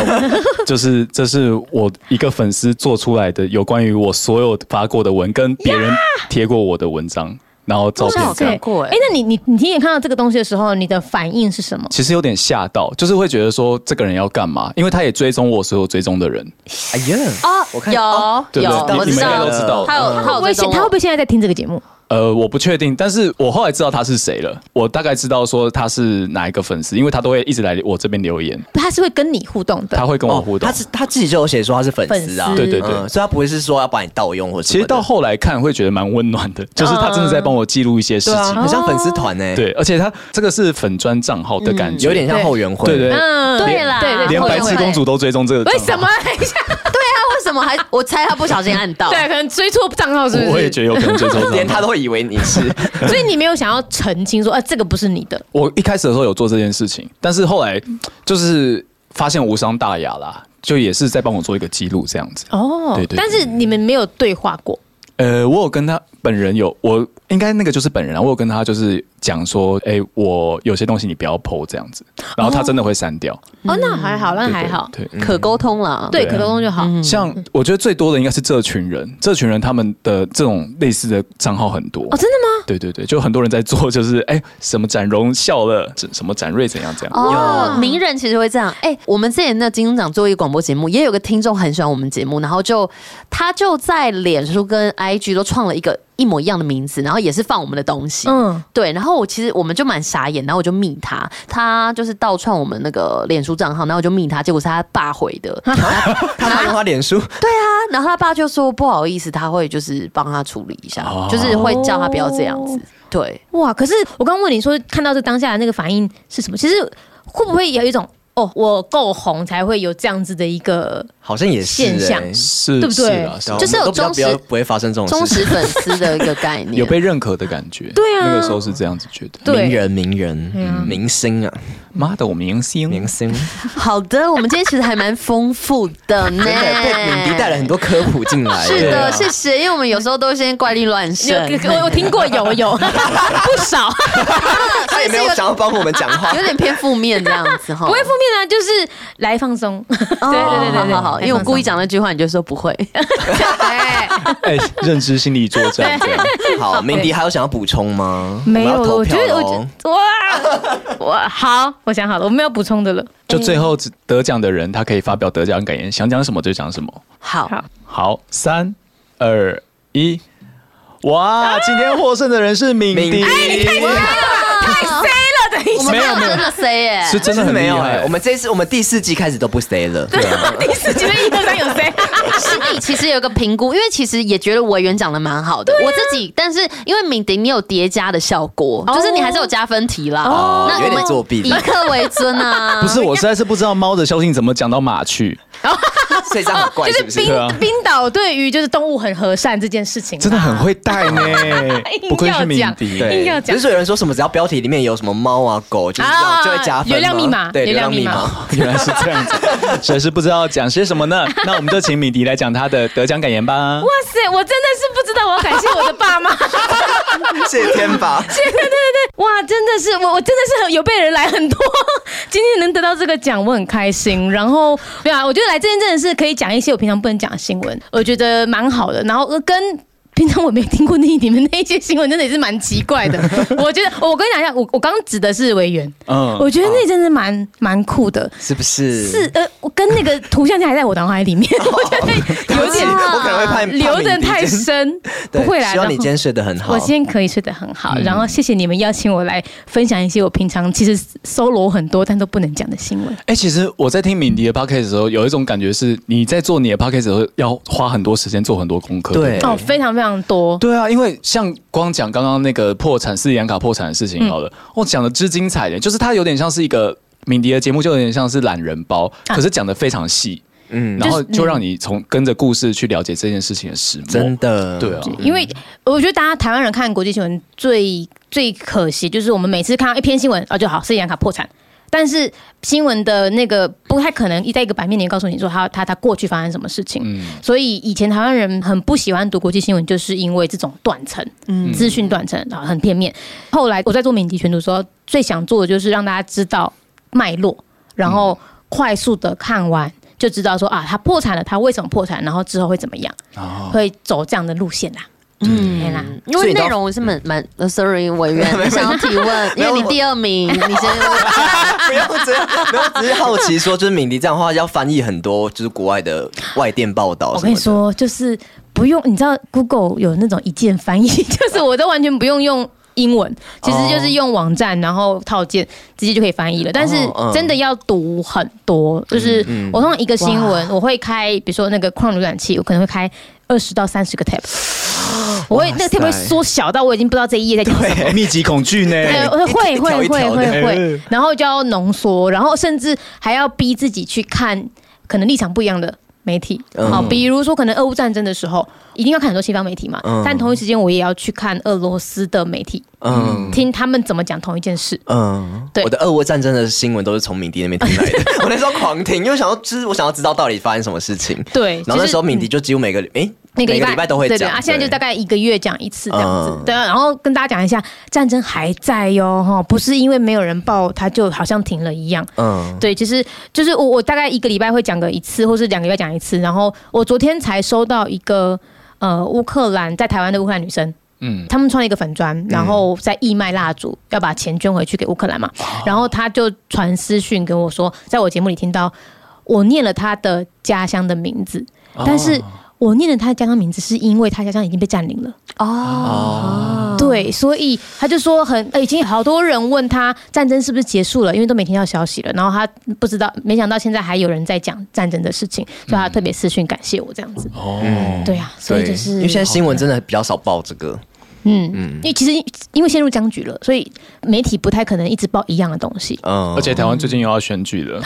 就是这是我一个粉丝做出来的有关于我所有发过的文，跟别人贴过我的文章，然后照
好
片
像有
这样
看。过
哎、
哎，
那你你你第一眼看到这个东西的时候，你的反应是什么？
其实有点吓到，就是会觉得说这个人要干嘛？因为他也追踪我所有追踪的人，
哎呀，
哦
我看
有
对
有，
不对？
我
你你
知
们应该都，
道
知道。嗯
他有他有
危
追
险，
踪
他会
我
不。会现在在听这个节目？
呃，我不确定，但是我后来知道他是谁了，我大概知道说他是哪一个粉丝，因为他都会一直来我这边留言，
他是会跟你互动的
他。会跟我互
哦，
动。
他是他自己就有写说他是粉丝啊，
粉丝对
对对
嗯所以他不会是说要把你盗用或者
其实到后来看会觉得蛮温暖的，就是
啊
他真的在帮我记录一些事
对啊，
情。
很像粉丝团呢，，
对，而且他这个是粉砖账号的感觉，
嗯有点像后援会，
对对
嗯
对啦
对对，
连
后
白
援会
痴公主都追踪这个账号，
为什么？ 等一下
他为什么还？啊我猜他不小心按到。
对，可能追错账号是不是？
我也觉得有可能追踪
连他都会以为你是，
得，所以你没有想要澄清说，呃，这个不是你的，
我一开始的时候有做这件事情，但是后来就是发现无伤大雅啦，就也是在帮我做一个记录这样子。
哦
对对对
但是你们没有对话过，
呃，我有跟他本人有，我应该那个就是本人啊，我有跟他就是讲说，哎、我有些东西你不要 PO 这样子，然后他真的会删掉。
哦，那还好，那
对
还好，
对。对
可沟通了。
对，
对啊
可沟通就好。
像我觉得最多的应该是这群人，这群人他们的这种类似的账号很多
哦，。真的吗？
对对对，就很多人在做，就是哎、什么展荣笑了，什什么展瑞怎样怎样。
哦，名人其实会这样。哎、我们之前的金钟奖做一个广播节目，也有个听众很喜欢我们节目，然后就他就在脸书跟 IG 都创了一个一模一样的名字，然后也是放我们的东西。
嗯，
对，然后我其实我们就蛮傻眼，然后我就密他，他就是盗创我们那个脸书账号，然后我就密他，结果是他爸回的，然后
他怕用他脸书，
他然后他爸就说不好意思，他会就是帮他处理一下，
哦
就是会叫他不要这样
哦
子。对，
哇！可是我刚问你说，看到这当下的那个反应是什么？其实会不会有一种，哦，我够红才会有这样子的一个
好像也是
现象
欸
是，
对不对
是啊是啊
就是有
我们都比较
忠实
比较不会发生这种
忠
事情
实粉 丝的一个概念，
有被认可的感觉。
对啊
那个时候是这样子觉得。
对
名人、名人、嗯明星啊，
妈的，我明星，
明星，
好的，我们今天其实还蛮丰富 的呢，
真的被敏迪带了很多科普进来。
是
对啊
的，谢谢，因为我们有时候都先怪力乱
有
神，啊
我我听过有 有不少，
他也没有想要帮我们讲话
有。点偏负面这样子哈。哦
不会负面啊，就是来放松。对对对对对，
好好好，因为我故意讲那句话，你就说不会。
哎，认知心理作 战。这样
好，敏迪还有想要补充吗？
没有
我们
了，
要投
我觉
票
得我
咯
觉哇哇好，我想好了，我没有补充的了。
哎
就最后只得奖的人，他可以发表得奖感言，想讲什么就讲什么。
好，
好
好，三二一，哇！今天获胜的人是敏
啊敏迪
迪。
哎你看
太 C 了，等一一起
没有
看
真
啊。
的 C 耶、
是真的很
没
厉
有欸哎
害。
我们这一次我们第四季开始都不 stay 了。对啊，
第四集的一二三有谁？
心里其实有一个评估，因为其实也觉得委员讲的蛮好的，我自己，但是因为敏迪你有叠加的效果，就是你还是有加分题啦。
哦
那
有
我
点
们
作弊
以客为尊啊。
不是，我实在是不知道猫的消息怎么讲到马去，
所以这样很怪，
就是
不
是
是？
对啊
冰冰岛对于就是动物很和善这件事情，
真的很会带 呢
硬，
不愧是敏
要讲
迪。
硬
啊对
要，
只
讲
是说有人说什么，只要标题里面有什么猫啊狗，就是这
啊
种就会加分嘛。
流量密码
对，
流
流量
量密
密
码
码。
原来是这样子， 实在是不知道讲些什么呢。那我们就请敏迪来讲他的得奖感言吧。
哇塞，我真的是不知道，我要感谢我的爸妈。
谢天吧，
哇，真的是我，我真的是很有被人来很多，今天能得到这个奖，我很开心。然后，对啊，我觉得来这边真的是可以讲一些我平常不能讲的新闻，我觉得蛮好的。然后呃跟平常我没听过那你们那一些新闻，真的也是蛮奇怪的。我觉得，我跟你讲一下，我我刚指的是委员，我
嗯，
觉得那真的蛮蛮酷的。
是不是？哦
是呃，我跟那个图像现在还在我脑海 里面，我 觉得有点
啊我可能会判
留的太。深， 不
判你今天
会
对，
啦。
希望你
然后
今天睡得很好。嗯
我今天可以睡得很好，然后谢谢你们邀请我来分享一些我平常其实搜罗很多但都不能讲的新闻。
哎、其实我在听敏迪的 podcast 的时候，有一种感觉是你在做你的 podcast 的时候要花很多时间做很多功课。
对
哦，非常非常多。
对啊，因为像光讲刚刚那个破产斯里兰卡破产的事
嗯
情好了，我、讲的之精彩的，就是它有点像是一个敏迪的节目，就有点像是懒人包，可是讲的非常细，
嗯，
然后
啊就是
就让你从跟着故事去了解这件事情的始末。
真的，
对啊，
因为我觉得大家台湾人看国际新闻最最可惜，就是我们每次看到一篇新闻哦就好，斯里兰卡破产，但是新闻的那个不太可能一在一个版面里面告诉你说他他他过去发生什么事情，
嗯
所以以前台湾人很不喜欢读国际新闻，就是因为这种断层，资讯断层啊很片面。后来我在做敏迪全读的时候，最想做的就是让大家知道脉络，然后快速的看完。就知道说啊，他破产了，他为什么破产，然后之后会怎么样，
哦
会走这样的路线啦。嗯，啦，
因为内容我是蛮蛮呃，sorry，委员，我想要提 问，因为你第二名，你 先
不要这样，不要只是好奇说，就是敏迪这样的话要翻译很多，就是国外的外电报道。
我跟你，说，就是不用，你知道 Google 有那种一键翻译， 就是我都完全不用用。英文其实就是用网站，然后套件直接就可以翻译了。但是
嗯
真的要读很多，就是我通常一个新闻，我会开，比如说那个 Chrome 浏览器，我可能会开二十到三 十个 tab，我会那个 tab 会缩小到我已经不知道这一页在讲什么。
密集恐惧呢？
对，会
一
会
条
会
一条
会
的
会
嗯
会，然后就要浓缩，然后甚至还要逼自己去看可能立场不一样的媒体，
嗯
好、比如说可能俄乌战争的时候，一定要看很多西方媒体嘛，
嗯
但同一时间我也要去看俄罗斯的媒体，
嗯
听他们怎么讲同一件事。
嗯，
对
我的俄乌战争的新闻都是从敏迪那边听来的。 我那时候狂听，因为想要，就是我想要知道到底发生什么事情。
对，
然后那时候
就是嗯
敏迪就几乎每个诶
每个礼拜
礼拜都会
对对
讲，
啊，现在就大概一个月讲一次这样子，
嗯
对啊。然后跟大家讲一下，战争还在哟，哈，不是因为没有人报，它就好像停了一样。
嗯
对，其实就是我我大概一个礼拜会讲个一次，或是两个礼拜讲一次。然后我昨天才收到一个呃乌克兰在台湾的乌克兰女生，
嗯，
他们穿了一个粉砖，然后在义卖蜡烛，要把钱捐回去给乌克兰嘛。
啊
然后他就传私讯跟我说，在我节目里听到我念了他的家乡的名字，
啊
但是我念了他的家乡名字是因为他家乡已经被占领了。
啊
哦，
对，所以他就说很，呃已经好多人问他战争是不是结束了，因为都没听到消息了。然后他不知道，没想到现在还有人在讲战争的事情，所以他特别私讯感谢我这样子。
哦，
对啊，所以就是
因为现在新闻真的比较少报这个。
嗯，因为其实因为陷入僵局了，所以媒体不太可能一直报一样的东西。
嗯，
而且台湾最近又要选举了，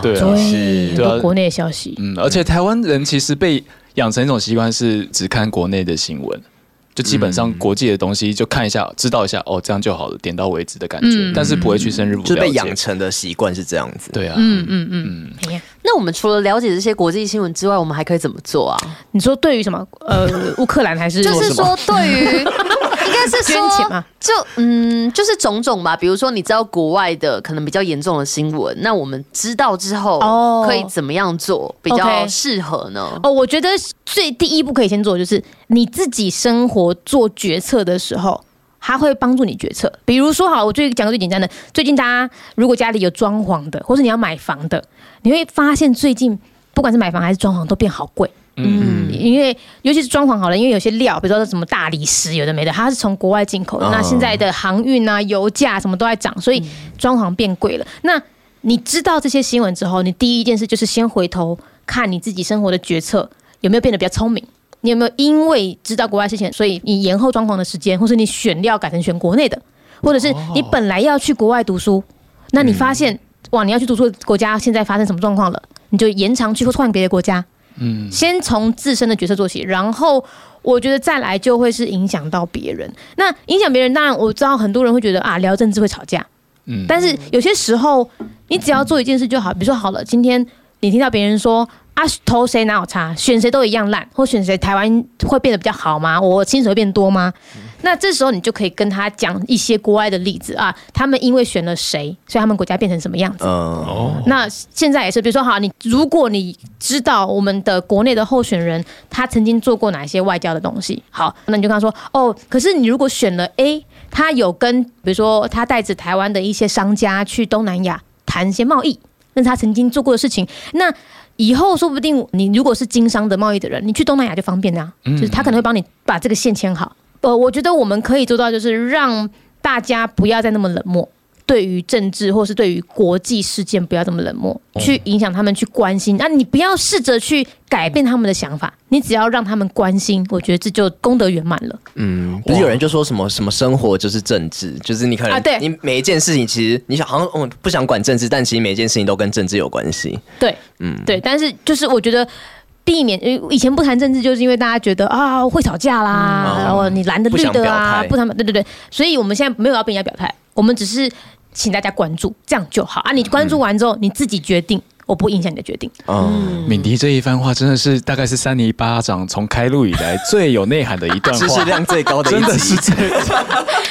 对啊
哦所，以很
对啊
多国内的消息，
嗯，而且台湾人其实被养成一种习惯是只看国内的新闻。就基本
嗯
上国际的东西就看一下，知道一下哦，这样就好了，点到为止的感觉，
嗯
但是不会去深入了
就
解。
是被养成的习惯是这样子。
对啊，
嗯嗯嗯，哎呀，
那我们除了了解这些国际新闻之外，我们还可以怎么做啊？
你说对于什么呃乌克兰还是
就是说，对 于应该是
捐钱
说
吗，
就嗯，就是种种吧。比如说，你知道国外的可能比较严重的新闻，那我们知道之后
哦，
可以怎么样做比较
OK
适合呢？
哦，我觉得最第一步可以先做，的就是你自己生活做决策的时候，它会帮助你决策。比如说，好，我最讲个最简单的，最近大家如果家里有装潢的，或是你要买房的，你会发现最近不管是买房还是装潢都变好贵。
嗯
嗯，因为尤其是装潢好了，因为有些料，比如说什么大理石，有的没的，它是从国外进口的。
哦
那现在的航运啊、油价什么都在涨，所以装潢变贵了。那你知道这些新闻之后，你第一件事就是先回头看你自己生活的决策有没有变得比较聪明。你有没有因为知道国外事情，所以你延后装潢的时间，或是你选料改成选国内的，或者是你本来要去国外读书，那你发现、哇，你要去读书的国家现在发生什么状况了，你就延长去或换别的国家。
嗯，
先从自身的角色做起，然后我觉得再来就会是影响到别人。那影响别人，当然我知道很多人会觉得啊，聊政治会吵架，
嗯
但是有些时候你只要做一件事就好，比如说好了，今天你听到别人说。啊，投谁哪有差？选谁都一样烂，或选谁台湾会变得比较好吗？我薪水会变多吗？
嗯
那这时候你就可以跟他讲一些国外的例子啊，他们因为选了谁，所以他们国家变成什么样子。
嗯，
哦，
那现在也是，比如说，好，你如果你知道我们的国内的候选人他曾经做过哪些外交的东西，好，那你就跟他说，哦，可是你如果选了 A，他有跟比如说他带着台湾的一些商家去东南亚谈一些贸易，那是他曾经做过的事情，那。以后说不定你如果是经商的贸易的人，你去东南亚就方便啦、就是他可能会帮你把这个线牵好。呃，我觉得我们可以做到，就是让大家不要再那么冷漠，对于政治或是对于国际事件不要这么冷漠，
哦
去影响他们去关心。那、你不要试着去改变他们的想法，你只要让他们关心，我觉得这就功德圆满了。
不是有人就说什么什么生活就是政治，就是你可能、
啊对
你每一件事情其实你想好像嗯不想管政治，但其实每一件事情都跟政治有关系。
对，
嗯
嗯，对，但是就是我觉得。避免因为以前不谈政治，就是因为大家觉得啊会吵架啦，
嗯
然后你蓝的
不
绿
想
的
表
啊
态，
不谈对对对，所以我们现在没有要被人家表态，我们只是请大家关注，这样就好啊。你关注完之后，你自己决定，我不影响你的决定。
嗯，
敏迪这一番话真的是大概是三尼巴掌从开录以来最有内涵的一
嗯
段
知识
话，
量最高的
真
一
的
集
是。这，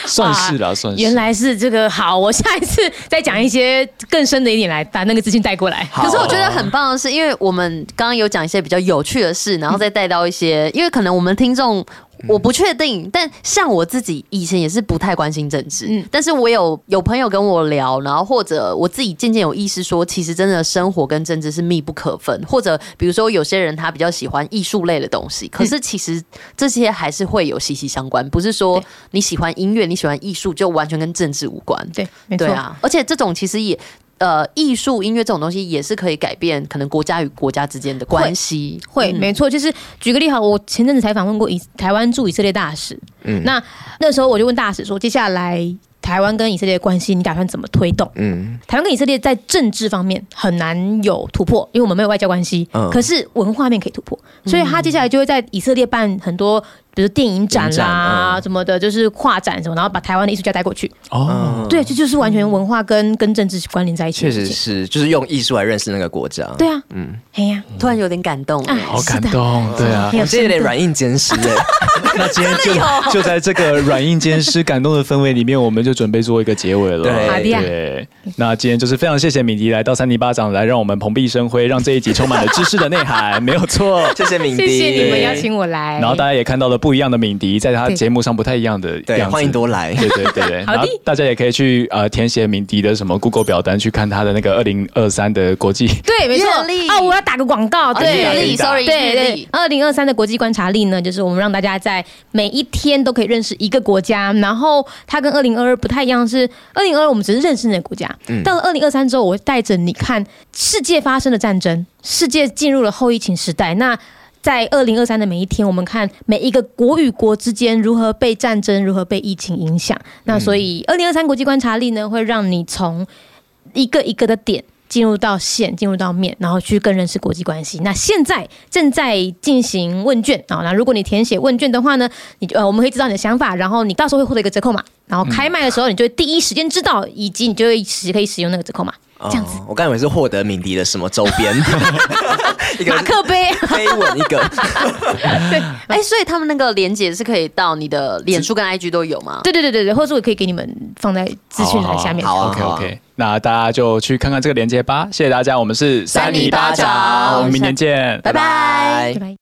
算是啦，算是。
啊原来是这个好，我下一次再讲一些更深的一点来，把那个资讯带过来。
可是我觉得很棒的是，因为我们刚刚有讲一些比较有趣的事，然后再带到一些，因为可能我们听众。我不确定，但像我自己以前也是不太关心政治，
嗯
但是我有有朋友跟我聊，然后或者我自己渐渐有意识说，其实真的生活跟政治是密不可分，或者比如说有些人他比较喜欢艺术类的东西，
嗯
可是其实这些还是会有息息相关，不是说
对
你喜欢音乐、你喜欢艺术就完全跟政治无关。
对，没错
对，啊，而且这种其实也。呃，艺术、音乐这种东西也是可以改变可能国家与国家之间的关系。
会
嗯
没错。就是举个例好，我前阵子才访问过以台湾驻以色列大使，
嗯
那那时候我就问大使说，接下来台湾跟以色列的关系，你打算怎么推动？
嗯，
台湾跟以色列在政治方面很难有突破，因为我们没有外交关系。
嗯
可是文化面可以突破，所以他接下来就会在以色列办很多，比如电影展
影展
啦、
嗯
什么的，就是跨展什么，然后把台湾的艺术家带过去。
哦，
对，这就是完全文化跟跟政治关联在一起
确
的事
实
情。
是，就是用艺术来认识那个国家。
对啊，嗯，哎呀，
突然有点感动。欸
哎
好感。
是的
动，对啊
很。有
我这有
深
点
度
软硬兼施 哎、
那今天就就在这个软硬兼施感动的氛围里面，我们就准备做一个结尾了。
对好
的呀
对，那今天就是非常谢谢敏迪来到三尼巴掌，来让我们蓬荜生辉，让这一集充满了知识的内涵，没有 错。
哦谢谢敏迪，
谢谢你们邀请我来。
然
哎
后大家也看到了不一样的敏迪，在他节目上不太一样的
对，
样子
欢迎多来。
对对 对对，
好
然
的
后大家也可以去呃填写敏迪的什么 Google 表单，去看他的那个二零二三的国际。
对，没错
阅历
啊，我要打个广告，对，
日
历
历，sorry，哦
对
日
对
历，。
二零二三的国际观察力呢，就是我们让大家在每一天都可以认识一个国家，然后它跟二零二二不太一样是，二零二二我们只是认识那个国家，到了二零二三之后，我会带着你看世界发生的战争，世界进入了后疫情时代，那。在二零二三的每一天，我们看每一个国与国之间如何被战争、如何被疫情影响。那所以，二零二三国际观察力呢，会让你从一个一个的点进入到线，进入到面，然后去更认识国际关系。那现在正在进行问卷啊，那如果你填写问卷的话呢，你就呃我们会知道你的想法，然后你到时候会获得一个折扣码，然后开卖的时候你就会第一时间知道，以及你就会使可以使用那个折扣码。这样子，
哦我刚以为是获得敏迪的什么周 边， 一个
马克啊杯
飞吻一个，
哎、所以他们那个连接是可以到你的脸书跟 IG 都有吗？
对对对对对，或者我可以给你们放在资讯栏下面。
好啊
OK
好啊
OK，那大家就去看看这个链接吧。谢谢大家，我们是
三
里巴掌
我们明年见，
拜拜。
拜拜。